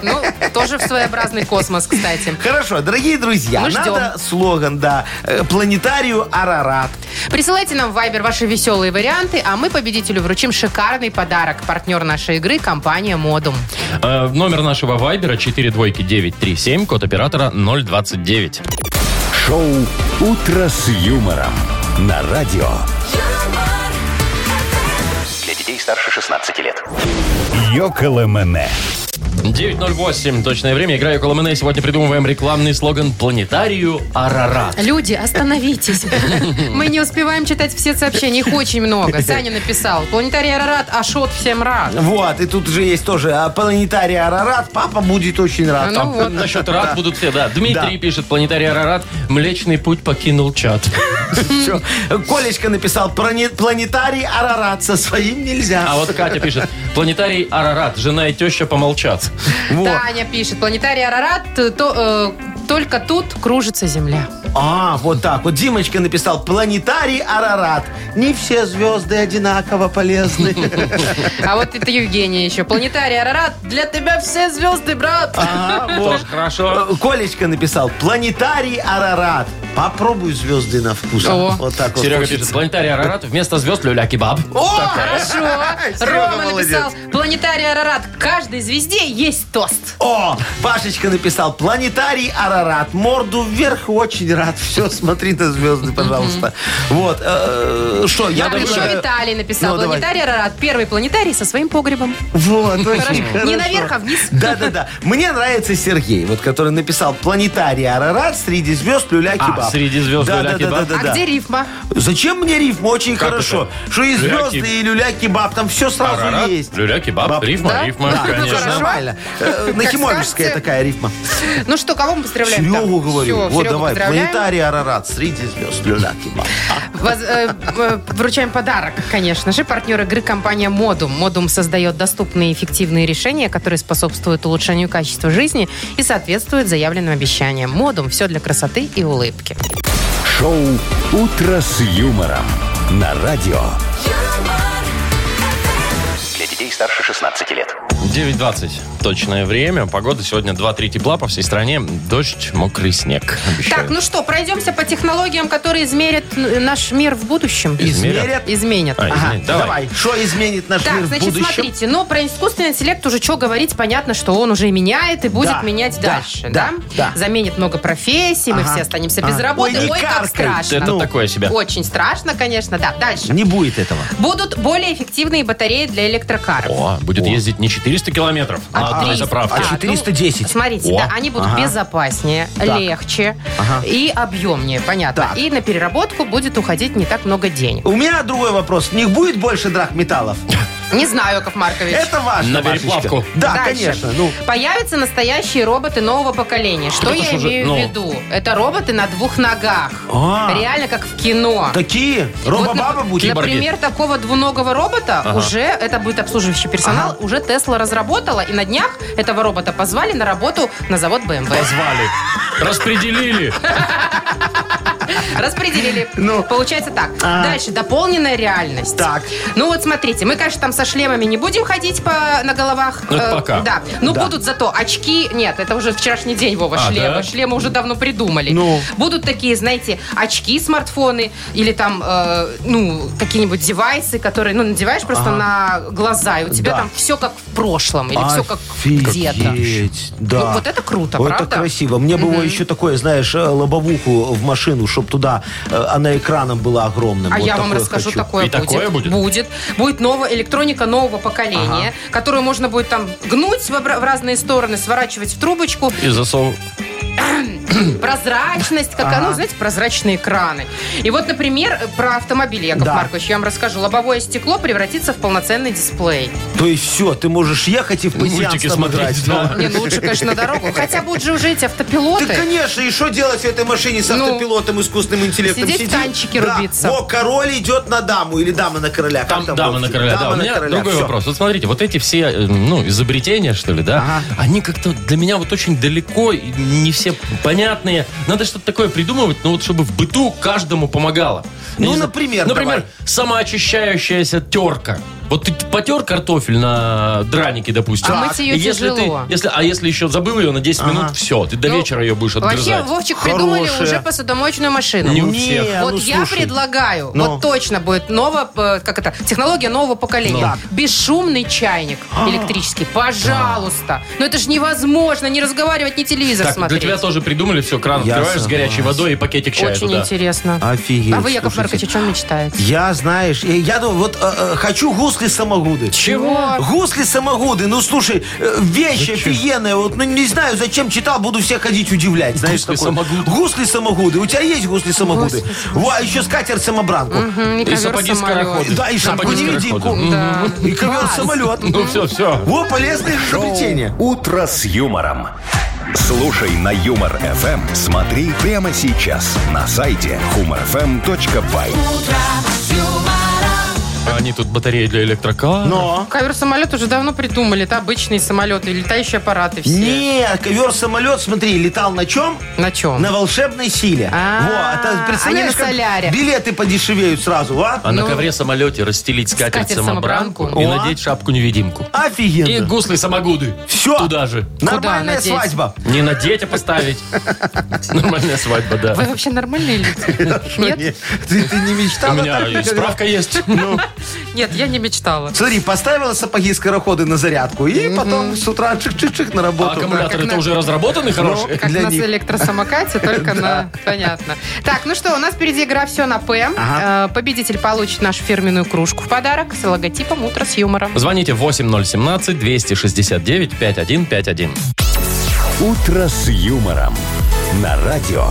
Speaker 3: Ну, тоже в своеобразный космос, кстати.
Speaker 4: Хорошо, дорогие друзья,
Speaker 3: Мы ждем.
Speaker 4: надо слоган, да. э, Планетарию Арарат.
Speaker 3: Присылайте нам в Viber ваши веселые варианты, а мы победителю вручим шикарный подарок. Партнер нашей игры – компания «Модум».
Speaker 2: Э, Номер нашего вайбера 42937, код оператора 029.
Speaker 1: Шоу «Утро с юмором» на радио
Speaker 5: Для детей старше 16 лет.
Speaker 1: «Йоколэмэне».
Speaker 2: 908. Точное время. Играю около МН. Сегодня придумываем рекламный слоган «Планетарию Арарат».
Speaker 3: Люди, остановитесь. Мы не успеваем читать все сообщения, их очень много. Саня написал, планетарий Арарат, Ашот всем рад.
Speaker 4: Вот, и тут же есть тоже а, планетарий Арарат. Папа будет очень рад.
Speaker 3: Ну
Speaker 4: Там-
Speaker 3: вот.
Speaker 2: Насчет рад будут все, да. Дмитрий
Speaker 4: Да.
Speaker 2: пишет, планетарий Арарат, Млечный Путь покинул чат.
Speaker 4: Всё. Колечка написал «Плане- планетарий Арарат. Со своим нельзя.
Speaker 2: А вот Катя пишет, планетарий Арарат, жена и теща помолчат.
Speaker 4: Во.
Speaker 3: Таня пишет, планетарий Арарат, то, э, только тут э, кружится Земля.
Speaker 4: А, вот так. Вот Димочка написал «Планетарий Арарат». Не все звезды одинаково полезны.
Speaker 3: А вот это Евгения еще. Планетарий Арарат, для тебя все звезды, брат.
Speaker 4: Ага, вот.
Speaker 2: Тоже хорошо.
Speaker 4: Э, Колечка написал «Планетарий Арарат». Попробуй звезды на вкус.
Speaker 3: О.
Speaker 4: Вот так вот.
Speaker 2: Серега
Speaker 4: хочется.
Speaker 2: пишет, планетарий Арарат вместо звезд люля кебаб.
Speaker 3: Хорошо.
Speaker 4: Серега
Speaker 3: Рома написал, планетарий Арарат, к каждой звезде есть тост.
Speaker 4: О, Пашечка написал «Планетарий Арарат». Морду вверх, очень рад. Все, смотри на звезды, пожалуйста. Вот. э, Что, я
Speaker 3: Да, еще
Speaker 4: предлагаю...
Speaker 3: Виталий написал,
Speaker 4: Ну, давай.
Speaker 3: планетарий Арарат, первый планетарий со своим погребом.
Speaker 4: Вот, очень
Speaker 3: Хорошо. Не наверх, а вниз.
Speaker 4: Да-да-да. Мне нравится Сергей, вот который написал «Планетарий Арарат среди звезд люля-кебаб».
Speaker 2: А, «Среди звезд люля-кебаб».
Speaker 3: А
Speaker 4: Да-да-да-да.
Speaker 3: где рифма?
Speaker 4: Зачем мне рифм? Очень
Speaker 2: Как
Speaker 4: хорошо.
Speaker 2: это?
Speaker 4: Что и
Speaker 2: Люля-кебаб.
Speaker 4: звезды, и люля-кебаб. Там все сразу
Speaker 2: Арарат,
Speaker 4: есть.
Speaker 2: люля кебаб,
Speaker 4: Баб.
Speaker 2: рифма,
Speaker 3: Да?
Speaker 2: рифма,
Speaker 3: Да, ну,
Speaker 2: конечно.
Speaker 3: хорошо.
Speaker 4: Нормально. Э, Нахимовичская
Speaker 3: скажете.
Speaker 4: такая рифма.
Speaker 3: Ну что, кого мы поздравляем?
Speaker 4: Серегу
Speaker 3: там?
Speaker 4: говорю.
Speaker 3: Всё,
Speaker 4: вот
Speaker 3: Серёгу
Speaker 4: давай,
Speaker 3: поздравляем.
Speaker 4: планетарий Арарат среди звезд люля-кебаб.
Speaker 3: Воз- э, э, Вручаем подарок, конечно же. Партнер игры компания «Модум». «Модум» создает доступные и эффективные решения, которые способствуют улучшению качества жизни и соответствуют заявленным обещаниям. «Модум» – все для красоты и улыбки.
Speaker 1: Шоу «Утро с юмором» на радио.
Speaker 5: Для детей старше 16 лет.
Speaker 2: 9.20. Точное время. Погода сегодня 2-3 тепла по всей стране. Дождь, мокрый снег.
Speaker 3: Так,
Speaker 2: Обещают.
Speaker 3: ну что, пройдемся по технологиям, которые измерят н- наш мир в будущем.
Speaker 2: Измерят?
Speaker 3: Изменят.
Speaker 2: А,
Speaker 4: Ага,
Speaker 2: извини, давай.
Speaker 4: давай. Что изменит наш
Speaker 3: Так,
Speaker 4: мир в
Speaker 3: значит,
Speaker 4: будущем?
Speaker 3: смотрите, ну про искусственный интеллект уже что говорить, понятно, что он уже меняет и будет
Speaker 4: Да,
Speaker 3: менять
Speaker 4: да,
Speaker 3: дальше, да,
Speaker 4: да, да.
Speaker 3: Заменит много профессий, мы
Speaker 4: Ага.
Speaker 3: все останемся без
Speaker 4: Ага.
Speaker 3: работы.
Speaker 4: Ой,
Speaker 3: Ой,
Speaker 4: не
Speaker 3: как
Speaker 4: каркай.
Speaker 3: страшно.
Speaker 2: Это такое себя.
Speaker 3: Очень страшно, конечно, да. Дальше.
Speaker 4: Не будет этого.
Speaker 3: Будут более эффективные батареи для электрокаров.
Speaker 2: О, будет ездить не 400 километров а на одной
Speaker 3: 300.
Speaker 2: заправке.
Speaker 3: А, ну,
Speaker 4: 410.
Speaker 3: смотрите,
Speaker 2: О.
Speaker 3: да, они будут
Speaker 4: Ага.
Speaker 3: безопаснее, легче
Speaker 4: Ага.
Speaker 3: и объемнее, понятно.
Speaker 4: Так.
Speaker 3: И на переработку будет уходить не так много денег.
Speaker 4: У меня другой вопрос. В них будет больше драгметаллов?
Speaker 3: Не знаю, Яков Маркович.
Speaker 4: Это важно,
Speaker 2: На
Speaker 4: Машечка.
Speaker 2: переплавку.
Speaker 4: Да,
Speaker 3: Дальше.
Speaker 4: конечно. Ну,
Speaker 3: Появятся настоящие роботы нового поколения. Что
Speaker 2: Так это
Speaker 3: я
Speaker 2: ж уже,
Speaker 3: имею
Speaker 2: ну.
Speaker 3: в виду? Это роботы на двух ногах.
Speaker 4: А.
Speaker 3: Реально как в кино.
Speaker 4: такие.
Speaker 3: Вот,
Speaker 4: Робобаба
Speaker 3: нап-
Speaker 4: будет.
Speaker 2: Киборги.
Speaker 3: Например, такого двуногого робота уже, это будет обслуживающий персонал, уже Тесла разработала, и на днях этого робота позвали на работу на завод BMW.
Speaker 2: Позвали. Распределили.
Speaker 3: Распределили.
Speaker 4: Ну.
Speaker 3: Получается так.
Speaker 4: Ага.
Speaker 3: Дальше, дополненная реальность.
Speaker 4: Так.
Speaker 3: Ну вот смотрите, мы, конечно, там со шлемами не будем ходить по, на головах.
Speaker 2: Ну, это пока.
Speaker 3: Да. Ну
Speaker 4: Да.
Speaker 3: будут зато очки. Нет, это уже вчерашний день, Вова,
Speaker 2: А,
Speaker 3: шлемы.
Speaker 2: да?
Speaker 3: Шлемы уже давно придумали.
Speaker 4: Ну.
Speaker 3: Будут такие, знаете, очки, смартфоны или там, э, ну, какие-нибудь девайсы, которые, ну, надеваешь просто на глаза, и у тебя
Speaker 4: Да. А,
Speaker 3: там все как в прошлом, или все как где-то.
Speaker 4: Офигеть, да.
Speaker 3: Ну, вот это круто,
Speaker 4: Вот
Speaker 3: правда?
Speaker 4: Это красиво. Мне бы его еще такое, знаешь, э, лобовуху в машину, чтобы туда э, она экраном была огромным.
Speaker 3: А
Speaker 4: Вот
Speaker 3: я вам
Speaker 4: такое
Speaker 3: расскажу,
Speaker 4: хочу.
Speaker 3: такое,
Speaker 2: И
Speaker 3: будет.
Speaker 2: такое будет?
Speaker 3: Будет. Будет новая электроника нового поколения, которую можно будет там гнуть в, обра- в разные стороны, сворачивать в трубочку.
Speaker 2: И засов...
Speaker 3: Прозрачность, как оно, знаете, прозрачные экраны. И вот, например, э, про автомобиль, Яков
Speaker 4: Да.
Speaker 3: Маркович, я вам расскажу. Лобовое стекло превратится в полноценный дисплей.
Speaker 4: То есть все, ты можешь ехать и в пассианс
Speaker 2: Мультики
Speaker 4: там
Speaker 2: смотреть.
Speaker 4: играть.
Speaker 2: да.
Speaker 3: Не, ну лучше, конечно, на дорогу. Хотя будут же уже эти
Speaker 4: Да,
Speaker 3: автопилоты.
Speaker 4: конечно, и что делать в этой машине с
Speaker 3: Ну,
Speaker 4: автопилотом, искусственным интеллектом?
Speaker 3: сидеть в
Speaker 4: Сидит?
Speaker 3: танчике
Speaker 4: Да.
Speaker 3: рубиться.
Speaker 4: Во, король идет на даму или дама на короля. Как
Speaker 2: Там
Speaker 4: там
Speaker 2: дама
Speaker 4: вовсе?
Speaker 2: на короля, да.
Speaker 4: Дама
Speaker 2: У
Speaker 4: на
Speaker 2: меня
Speaker 4: короля,
Speaker 2: другой
Speaker 4: всё.
Speaker 2: вопрос. Вот смотрите, вот эти все, э, ну, изобретения, что ли, да, они как-то для меня вот очень далеко, и не все понятные. Надо что-то такое придумывать, ну, вот чтобы в быту каждому помогало. Я
Speaker 4: Ну,
Speaker 2: не знаю,
Speaker 4: например,
Speaker 2: Например, самоочищающаяся терка. Вот ты потер картофель на дранике, допустим.
Speaker 3: А мыть её
Speaker 2: если ты-
Speaker 3: тяжело.
Speaker 2: если, а если еще забыл ее на 10 минут, все, ты до
Speaker 3: Ну,
Speaker 2: вечера ее будешь
Speaker 3: Вообще,
Speaker 2: отгрызать.
Speaker 3: Вовчик, придумали
Speaker 4: Хорошая.
Speaker 3: уже посудомоечную машину.
Speaker 2: Не у
Speaker 4: Не,
Speaker 2: всех.
Speaker 4: ну,
Speaker 3: Вот я
Speaker 4: слушай.
Speaker 3: предлагаю,
Speaker 4: Ну.
Speaker 3: вот точно будет новая, э, как это, технология нового поколения. Бесшумный чайник электрический, пожалуйста. Но это же невозможно, не разговаривать, не телевизор
Speaker 2: Так,
Speaker 3: смотреть.
Speaker 2: для тебя тоже придумали, все, кран
Speaker 4: Я
Speaker 2: открываешь с горячей
Speaker 4: согласен.
Speaker 2: водой и пакетик чая
Speaker 3: Очень
Speaker 2: туда.
Speaker 3: интересно.
Speaker 4: Офигеть.
Speaker 3: а вы, Яков
Speaker 4: слушайте.
Speaker 3: Маркович, о чем мечтаете?
Speaker 4: Я, знаешь, я, я думаю, вот э, э, хочу гусли самогуды.
Speaker 3: Чего?
Speaker 4: Гусли самогуды, ну слушай, э, вещь офигенная, вот, ну не знаю, зачем читал, буду всех ходить удивлять, знаешь,
Speaker 2: Гусли
Speaker 4: такое.
Speaker 2: самогуды.
Speaker 4: Гусли самогуды, у тебя есть гусли самогуды? Во, а еще скатерть самобранку.
Speaker 3: М,
Speaker 2: И
Speaker 3: ковер
Speaker 2: сапоги
Speaker 3: самолет.
Speaker 2: скороходы.
Speaker 4: Да, и шапку
Speaker 2: Сапоги
Speaker 4: невидимку.
Speaker 2: скороходы.
Speaker 3: Да.
Speaker 4: И ковер самолет.
Speaker 2: Ну все, все.
Speaker 4: Во, полезное изобретение.
Speaker 1: «Утро с юмором». Слушай на Юмор ФМ. Смотри прямо сейчас на сайте humorfm.by.
Speaker 2: Они тут батареи для электрокара.
Speaker 4: Но...
Speaker 3: Ковер-самолет уже давно придумали. Это обычные самолеты, летающие аппараты все.
Speaker 4: Нет, ковер-самолет, смотри, летал на чем?
Speaker 3: На чем?
Speaker 4: На волшебной силе.
Speaker 3: А,
Speaker 4: Во, это,
Speaker 3: а
Speaker 4: представляешь,
Speaker 3: не на соляре.
Speaker 4: как билеты подешевеют сразу, а?
Speaker 2: А на
Speaker 3: Ну.
Speaker 2: ковре-самолете расстелить скатерть-самобранку и
Speaker 4: О.
Speaker 2: надеть шапку-невидимку.
Speaker 4: Офигенно.
Speaker 2: И гуслы-самогуды.
Speaker 4: Все.
Speaker 2: Туда же.
Speaker 4: Нормальная
Speaker 3: надеть?
Speaker 4: свадьба.
Speaker 2: Не надеть, а поставить. Нормальная свадьба,
Speaker 3: Вы
Speaker 2: да.
Speaker 3: вообще нормальные люди? Нет?
Speaker 4: Ну, Не, Ты, ты не
Speaker 2: У
Speaker 4: мечтала
Speaker 2: меня
Speaker 4: так
Speaker 2: и справка есть.
Speaker 3: Нет, я не мечтала.
Speaker 4: Смотри, поставила сапоги скороходы на зарядку и потом с утра чик-чик-чик на
Speaker 2: А
Speaker 4: работу.
Speaker 2: аккумуляторы-то
Speaker 3: на-
Speaker 2: уже разработаны хорошие?
Speaker 3: Как
Speaker 4: Для
Speaker 3: на
Speaker 4: них.
Speaker 3: электросамокате, только на... Понятно. Так, ну что, у нас впереди игра «Все на П». Э, Победитель получит нашу фирменную кружку в подарок с логотипом «Утро с юмором».
Speaker 2: Звоните 8017-269-5151.
Speaker 1: «Утро с юмором» на радио.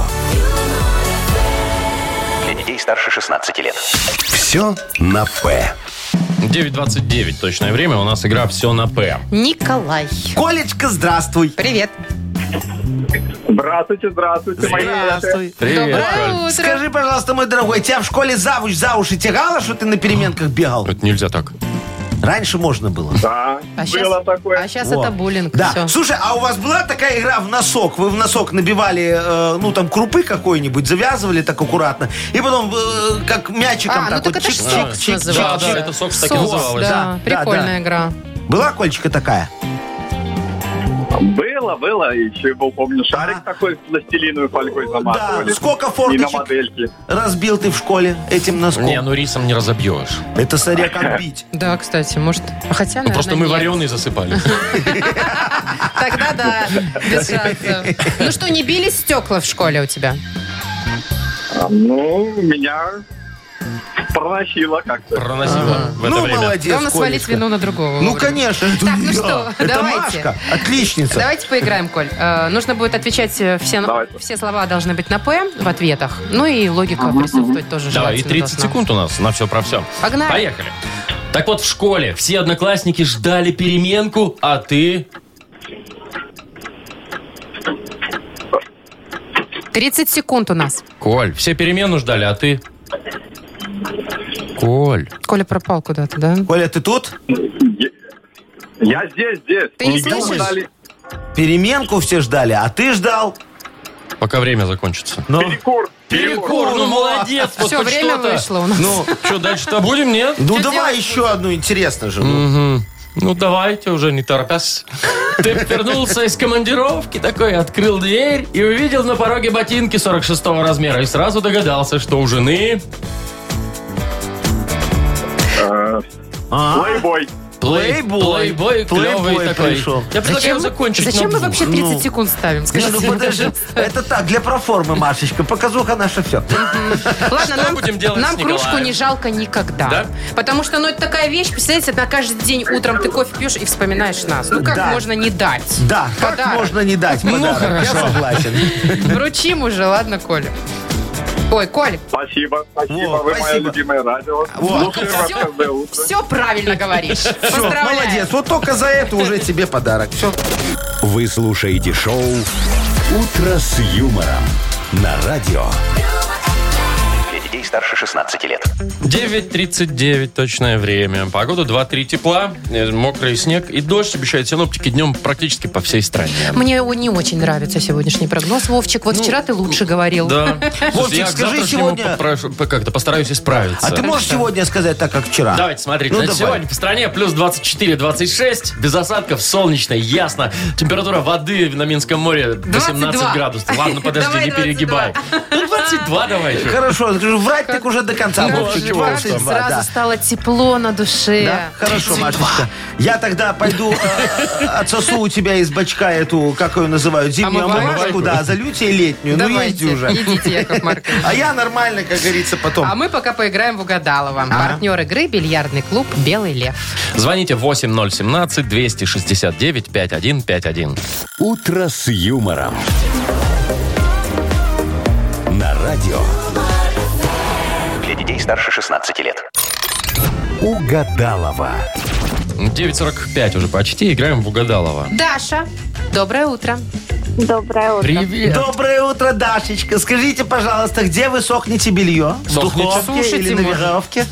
Speaker 5: Для детей старше 16 лет.
Speaker 1: Все на «П».
Speaker 2: 9.29 точное время. У нас игра «Все на П».
Speaker 3: Николай.
Speaker 4: Колечка, здравствуй.
Speaker 3: Привет.
Speaker 6: Здравствуйте, здравствуйте, мои хорошие.
Speaker 2: Привет,
Speaker 3: Доброе
Speaker 2: Коль.
Speaker 3: утро.
Speaker 4: Скажи, пожалуйста, мой дорогой, тебя в школе завуч за уши тягало, что ты на переменках бегал?
Speaker 2: Это нельзя так.
Speaker 4: Раньше можно было.
Speaker 6: Да,
Speaker 3: А
Speaker 6: было
Speaker 3: щас-
Speaker 6: такое.
Speaker 3: А сейчас
Speaker 4: Во.
Speaker 3: это буллинг.
Speaker 4: Да.
Speaker 3: Всё.
Speaker 4: Слушай, а у вас была такая игра в носок? Вы в носок набивали, э, ну, там, крупы какой-нибудь, завязывали так аккуратно, и потом, э, как мячиком
Speaker 3: А, ну
Speaker 4: так
Speaker 3: так
Speaker 4: вот
Speaker 3: это ж
Speaker 4: чик-чик,
Speaker 3: сокс
Speaker 4: чик-чик.
Speaker 2: называется. Да, да, это сокс так и называлось.
Speaker 3: Да,
Speaker 4: Да,
Speaker 3: прикольная
Speaker 4: да.
Speaker 3: игра.
Speaker 4: Была кольчика такая?
Speaker 6: Было, было. Еще был, помню, шарик
Speaker 4: А.
Speaker 6: такой с пластилиновой фольгой
Speaker 4: Да.
Speaker 6: заматывали.
Speaker 4: Сколько
Speaker 6: И на
Speaker 4: форточек
Speaker 6: модельке.
Speaker 4: разбил ты в школе этим носком?
Speaker 2: Не, ну рисом не разобьешь.
Speaker 4: Это смотря как бить.
Speaker 3: Да, кстати, может... а Хотя,
Speaker 2: Ну, просто мы
Speaker 3: наверное, нет.
Speaker 2: вареные засыпали.
Speaker 3: Тогда да, без шансов. Ну что, не били стекла в школе у тебя?
Speaker 6: А, Ну, меня проносило как-то.
Speaker 2: Проносило в это
Speaker 4: ну,
Speaker 2: время.
Speaker 4: молодец,
Speaker 3: Главное свалить
Speaker 4: Колечка.
Speaker 3: вину на другого.
Speaker 4: Ну,
Speaker 3: вовремя.
Speaker 4: конечно. Это
Speaker 3: Так, ну
Speaker 4: я.
Speaker 3: что,
Speaker 4: Это
Speaker 3: давайте.
Speaker 4: Машка, отличница.
Speaker 3: Давайте поиграем, Коль. Э, нужно будет отвечать э, все,
Speaker 6: Давайте.
Speaker 3: все слова должны быть на П в ответах. Ну и логика присутствовать тоже
Speaker 2: Да, и
Speaker 3: желательно
Speaker 2: 30
Speaker 3: должна.
Speaker 2: секунд у нас на все про все.
Speaker 3: Погнали.
Speaker 2: Поехали. Так вот, в школе все одноклассники ждали переменку, а ты...
Speaker 3: 30 секунд у нас.
Speaker 2: Коль, все перемену ждали, а ты... Коль.
Speaker 3: Коля пропал куда-то, да?
Speaker 4: Коля, ты тут?
Speaker 6: Е- Я здесь, здесь.
Speaker 3: Ты не
Speaker 6: Меня
Speaker 3: слышишь?
Speaker 6: ждали.
Speaker 4: Переменку все ждали, а ты ждал.
Speaker 2: Пока время закончится.
Speaker 4: Ну,
Speaker 6: Перекур.
Speaker 2: Перекур, ну молодец, вот
Speaker 3: Все,
Speaker 2: хоть
Speaker 3: время
Speaker 2: что-то.
Speaker 3: вышло у нас.
Speaker 2: Ну, что, дальше-то будем, нет?
Speaker 4: ну давай еще одну, интересно же. ну.
Speaker 2: Ну, давайте уже, не торопясь. Ты вернулся из командировки такой, открыл дверь и увидел на пороге ботинки 46-го размера. И сразу догадался, что у жены
Speaker 6: Э,
Speaker 4: А?
Speaker 6: Плейбой.
Speaker 2: плей-
Speaker 4: Плейбой.
Speaker 2: плейбой клевый
Speaker 4: Плейбой
Speaker 2: такой.
Speaker 4: пришел.
Speaker 2: Я предлагаю
Speaker 3: мы-
Speaker 2: закончить на
Speaker 3: зачем мы
Speaker 2: двух. Ну.
Speaker 3: вообще 30 секунд ставим?
Speaker 4: Не,
Speaker 3: Скажите,
Speaker 4: ну подожди, это так, для проформы, Машечка. Показуха наша все.
Speaker 3: Ладно,
Speaker 2: Что
Speaker 3: нам,
Speaker 2: будем делать
Speaker 3: нам
Speaker 2: с Николаем?
Speaker 3: кружку не жалко никогда.
Speaker 2: Да?
Speaker 3: Потому что, ну, это такая вещь, представляете, на каждый день утром ты кофе пьешь и вспоминаешь нас. Ну, как
Speaker 4: Да.
Speaker 3: можно не дать?
Speaker 4: Да, как
Speaker 3: Подарок.
Speaker 4: можно не дать
Speaker 2: Ну,
Speaker 4: подарок? Я согласен.
Speaker 3: Вручим уже, ладно, Коля? Ой, Коль,
Speaker 6: Спасибо, спасибо.
Speaker 4: Во,
Speaker 6: Вы мое
Speaker 4: спасибо.
Speaker 6: любимое радио.
Speaker 4: Во.
Speaker 6: Слушаю вас
Speaker 3: Всё.
Speaker 6: каждое утро.
Speaker 3: все правильно говоришь.
Speaker 4: Всё,
Speaker 3: Поздравляю.
Speaker 4: молодец. Вот только за это уже тебе подарок. Все.
Speaker 1: Вы слушаете шоу «Утро с юмором» на радио.
Speaker 5: Для детей старше 16 лет.
Speaker 2: 9.39 точное время. Погода 2-3 тепла, э, мокрый снег и дождь обещают синоптики днем практически по всей стране.
Speaker 3: Мне его не очень нравится сегодняшний прогноз, Вовчик.
Speaker 4: Ну,
Speaker 3: Вот вчера ты лучше говорил.
Speaker 2: Да.
Speaker 4: Вовчик,
Speaker 2: Я к
Speaker 4: скажи
Speaker 2: завтрашнему
Speaker 4: сегодня-
Speaker 2: попрошу- по- как-то постараюсь исправиться.
Speaker 4: А ты можешь сегодня сказать так, как вчера?
Speaker 2: Давайте смотреть.
Speaker 4: Ну,
Speaker 2: Значит,
Speaker 4: давай.
Speaker 2: сегодня по стране плюс 24-26, без осадков, солнечно, ясно. Температура воды на Минском море 18
Speaker 3: 22.
Speaker 2: градусов. Ладно, подожди,
Speaker 3: Давай
Speaker 2: не
Speaker 3: 22.
Speaker 2: перегибай. Ну, 22 давай еще.
Speaker 4: Хорошо, скажу, врать так уже до конца.
Speaker 2: Ну,
Speaker 4: Вовчик,
Speaker 2: чего уж там.
Speaker 4: 22,
Speaker 3: Сразу
Speaker 4: да.
Speaker 3: стало тепло на душе.
Speaker 4: Да? Хорошо, Машечка. Я тогда пойду э, отсосу у тебя из бачка эту, как ее называют, зимнюю
Speaker 3: Омывайку?
Speaker 4: омывашку, да, залью тебе летнюю. Ну,
Speaker 3: Давайте,
Speaker 4: езди уже.
Speaker 3: идите, Яков Маркович.
Speaker 4: А я нормально, как говорится,
Speaker 3: А
Speaker 4: потом.
Speaker 3: мы пока поиграем в угадалово. Партнер игры бильярдный клуб «Белый лев».
Speaker 2: Звоните 8017-269-5151.
Speaker 1: «Утро с юмором» на радио.
Speaker 5: Для детей старше 16 лет.
Speaker 1: Угадалова.
Speaker 2: 9.45 уже почти. Играем в угадалово.
Speaker 3: Даша, доброе утро.
Speaker 8: Доброе утро.
Speaker 2: Привет.
Speaker 4: Доброе утро, Дашечка. Скажите, пожалуйста, где вы сохнете белье? В
Speaker 2: Сохнете.
Speaker 4: духовке
Speaker 3: Сушите,
Speaker 4: или на
Speaker 3: может.
Speaker 4: веревке?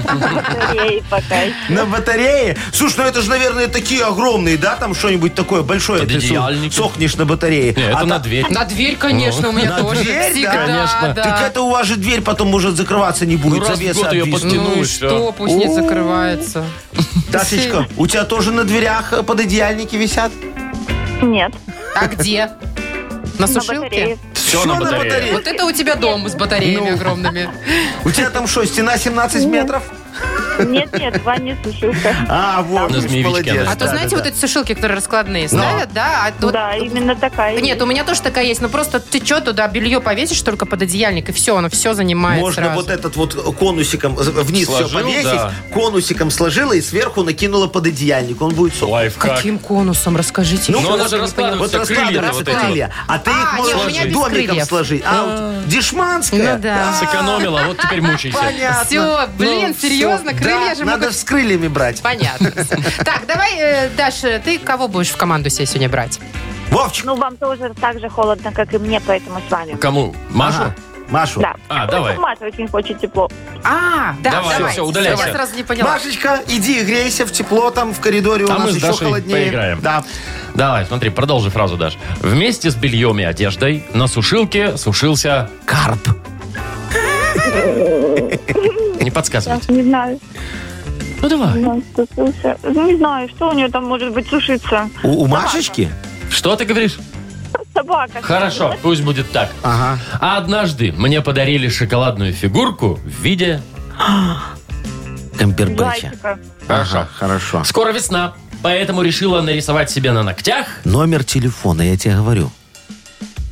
Speaker 8: Батареи пока еще.
Speaker 4: На батарее? Слушай, ну это же, наверное, такие огромные, да? Там что-нибудь такое большое.
Speaker 2: Под
Speaker 4: Ты сох-
Speaker 2: одеяльники.
Speaker 4: сохнешь на батарее.
Speaker 2: Не, это
Speaker 4: А
Speaker 2: на
Speaker 4: та-
Speaker 2: дверь.
Speaker 3: На дверь, конечно, у меня
Speaker 4: На
Speaker 3: тоже.
Speaker 4: дверь, да?
Speaker 3: Всегда,
Speaker 2: Конечно.
Speaker 3: да.
Speaker 4: Так это у вас же дверь потом может закрываться не будет.
Speaker 2: Ну, раз в
Speaker 4: завеса
Speaker 2: год её
Speaker 4: обвиснет.
Speaker 2: подтянули.
Speaker 3: Ну и
Speaker 2: тянулось,
Speaker 3: что,
Speaker 2: а?
Speaker 3: пусть не закрывается.
Speaker 4: Дашечка, у тебя тоже на дверях э, пододеяльники висят?
Speaker 8: Нет.
Speaker 3: А где? На
Speaker 8: На
Speaker 3: сушилке?
Speaker 8: батарее.
Speaker 2: Все на батарее.
Speaker 3: Вот это у тебя дом с батареями
Speaker 4: Ну,
Speaker 3: огромными.
Speaker 4: У тебя там что, стена 17 метров?
Speaker 8: Нет, нет, в ванне сушилка.
Speaker 4: А, вот,
Speaker 2: На
Speaker 4: видишь,
Speaker 2: змеевичке
Speaker 4: молодец.
Speaker 2: она.
Speaker 3: А то,
Speaker 4: Да,
Speaker 3: знаете,
Speaker 4: да, Ну.
Speaker 3: вот эти сушилки, которые раскладные, ставят, да? а вот-
Speaker 8: Да, именно такая.
Speaker 3: Нет, у меня тоже такая есть, но просто ты что туда белье повесишь только под одеяльник, и все, оно все занимает
Speaker 4: Можно
Speaker 3: сразу.
Speaker 4: вот этот вот конусиком э, вниз все
Speaker 2: Сложил,
Speaker 4: повесить,
Speaker 2: да.
Speaker 4: конусиком сложила и сверху накинула пододеяльник. Он будет сок.
Speaker 2: Лайфхак.
Speaker 3: Каким конусом, расскажите.
Speaker 4: Ну,
Speaker 3: я
Speaker 2: Но она
Speaker 3: просто
Speaker 2: же
Speaker 3: не понимаю.
Speaker 4: Вот
Speaker 2: раскладывается, крылья
Speaker 4: раскладываются
Speaker 2: вот эти вот.
Speaker 4: крылья, а ты
Speaker 3: А,
Speaker 4: их
Speaker 3: нет,
Speaker 2: у
Speaker 4: можешь
Speaker 2: меня без
Speaker 4: домиком
Speaker 3: крыльев.
Speaker 4: сложить. А, вот дешманская?
Speaker 2: э,
Speaker 3: Ну да.
Speaker 4: А,
Speaker 2: Сэкономила, вот теперь мучайся.
Speaker 4: Понятно. Ну,
Speaker 3: Все, блин,
Speaker 4: всё.
Speaker 3: серьезно, крылья
Speaker 4: Да,
Speaker 3: же
Speaker 4: Надо
Speaker 3: могут...
Speaker 4: ж с крыльями брать.
Speaker 3: Понятно. Так, давай, э, Даша, ты кого будешь в команду себе сегодня брать?
Speaker 4: Вовчик.
Speaker 8: Ну, вам тоже так же холодно, как и мне, поэтому с вами.
Speaker 2: Кому?
Speaker 4: Ага,
Speaker 2: Машу?
Speaker 4: Машу.
Speaker 8: Да. Ну,
Speaker 2: А, давай.
Speaker 8: Маша очень хочет тепло.
Speaker 3: А, да,
Speaker 2: Давай,
Speaker 3: давай.
Speaker 2: всё, всё, удаляйся.
Speaker 3: Я сразу не поняла.
Speaker 4: Машечка, иди грейся в тепло там, в коридоре
Speaker 2: А
Speaker 4: у
Speaker 2: мы
Speaker 4: нас
Speaker 2: с
Speaker 4: еще
Speaker 2: Дашей
Speaker 4: холоднее.
Speaker 2: поиграем.
Speaker 4: Да.
Speaker 2: Давай, смотри, продолжи фразу, Даш. Вместе с бельем и одеждой на сушилке сушился карп. Не
Speaker 8: Я
Speaker 2: подсказывайте.
Speaker 8: не знаю,
Speaker 2: Ну давай.
Speaker 8: ну, что слушай. Ну, Не знаю, что у нее там может быть сушиться.
Speaker 4: У, у Машечки?
Speaker 2: Что ты говоришь?
Speaker 8: Собака.
Speaker 2: Хорошо, пусть будет так.
Speaker 4: Ага.
Speaker 2: А однажды мне подарили шоколадную фигурку в виде...
Speaker 4: Камбербэтча.
Speaker 8: Зайчика.
Speaker 4: Ага, хорошо.
Speaker 2: Скоро весна, поэтому решила нарисовать себе на ногтях
Speaker 4: Номер телефона, я тебе говорю.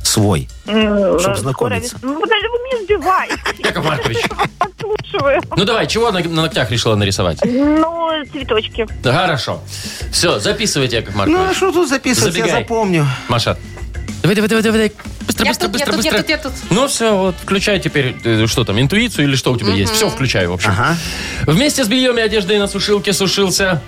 Speaker 4: Свой.
Speaker 8: М, скоро
Speaker 4: знакомиться.
Speaker 8: вес- Ну, подожди, вы меня сбиваете.
Speaker 2: Яков Маркович.
Speaker 8: Подслушиваю.
Speaker 2: Ну давай, чего на, на ногтях решила нарисовать?
Speaker 8: Ну, цветочки.
Speaker 2: Да, хорошо. Все, записывайте, Яков
Speaker 4: Ну, а
Speaker 2: Маркович.
Speaker 4: что тут записывать? Я
Speaker 2: Забегай.
Speaker 4: запомню.
Speaker 2: Маша. Давай, давай, давай, давай. Быстро,
Speaker 3: Я
Speaker 2: быстро,
Speaker 3: тут, я
Speaker 2: быстро,
Speaker 3: тут, я
Speaker 2: быстро.
Speaker 3: тут, я тут.
Speaker 2: Ну все, вот, включай теперь, э, что там, интуицию или что у тебя есть. Все включай, в общем.
Speaker 4: Ага.
Speaker 2: Вместе с бельем и одеждой на сушилке сушился...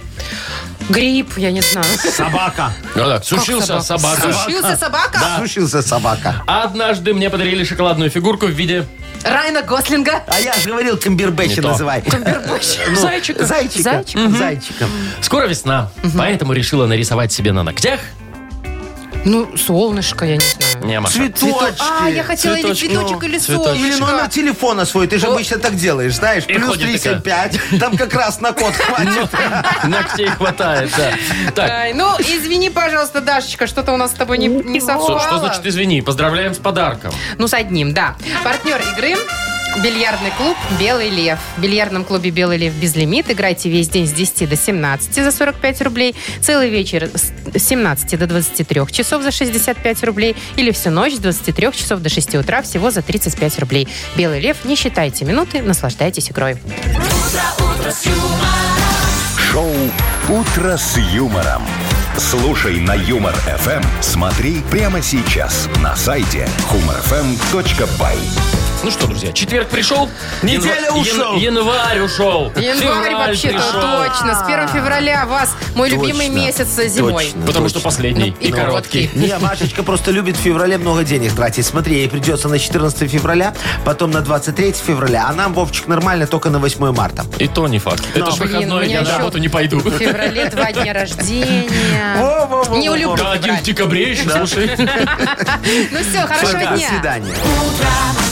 Speaker 3: Грипп, я не знаю.
Speaker 4: Собака.
Speaker 2: Ну да, сушился А собака.
Speaker 3: Сушился собака?
Speaker 4: Сушился собака.
Speaker 2: А Однажды мне подарили шоколадную фигурку в виде...
Speaker 3: Райна Гослинга?
Speaker 4: А я же говорил, камбербэтча
Speaker 2: Не то.
Speaker 4: называй. Ну,
Speaker 2: Зайчика.
Speaker 4: Зайчика.
Speaker 3: Зайчика.
Speaker 4: Мгм. Зайчика.
Speaker 2: Скоро весна, поэтому решила нарисовать себе на ногтях...
Speaker 3: Ну, солнышко, я не знаю.
Speaker 2: Не, Маша.
Speaker 4: Цветочки.
Speaker 3: А, я хотела или
Speaker 2: Цветочки.
Speaker 3: цветочек, или
Speaker 2: Цветочки.
Speaker 3: солнышко.
Speaker 4: Или номер телефона свой. Ты же обычно так делаешь, знаешь. Плюс
Speaker 2: ходит такая. Ну,
Speaker 4: 375. Там как раз на код хватит.
Speaker 2: Ногтей хватает, да. Так,
Speaker 3: Ай, ну, извини, пожалуйста, Дашечка, что-то у нас с тобой не, не совпало.
Speaker 2: что, что значит извини? Поздравляем с подарком.
Speaker 3: Ну, с одним, да. Партнер игры Бильярдный клуб «Белый лев». В бильярдном клубе «Белый лев» безлимит. Играйте весь день с 10 до 17 за 45 рублей. Целый вечер с 17 до 23 часов за 65 рублей. Или всю ночь с 23 часов до 6 утра всего за 35 рублей. «Белый лев». Не считайте минуты, наслаждайтесь игрой.
Speaker 1: Шоу «Утро с юмором». Слушай на Юмор ФМ. Смотри прямо сейчас на сайте humorfm.by.
Speaker 2: Ну что, друзья, четверг пришел.
Speaker 4: Неделя ушел.
Speaker 2: январь ушел.
Speaker 3: Январь
Speaker 2: февраль
Speaker 3: вообще-то
Speaker 2: пришел.
Speaker 3: точно. С 1 февраля вас мой любимый
Speaker 4: Точно.
Speaker 3: месяц зимой.
Speaker 4: Точно,
Speaker 2: Потому что
Speaker 4: точно.
Speaker 2: последний
Speaker 3: Ну,
Speaker 2: и
Speaker 3: и
Speaker 2: короткий.
Speaker 3: короткий.
Speaker 4: Не, Машечка просто любит в феврале много денег тратить. Смотри, ей придется на 14 февраля, потом на 23 февраля, а нам, Вовчик, нормально только на 8 марта.
Speaker 2: И то не факт. Это ж
Speaker 3: Блин,
Speaker 2: выходной,
Speaker 3: меня
Speaker 2: я на
Speaker 3: еще
Speaker 2: работу не пойду.
Speaker 3: В феврале два дня рождения.
Speaker 4: Во-во-во-во-во.
Speaker 3: Не улюблю
Speaker 2: Да, один в
Speaker 3: февраль.
Speaker 2: декабре еще, слушай.
Speaker 3: Ну все,
Speaker 4: Всё,
Speaker 3: хорошего
Speaker 4: До
Speaker 3: дня.
Speaker 4: свидания.
Speaker 7: утро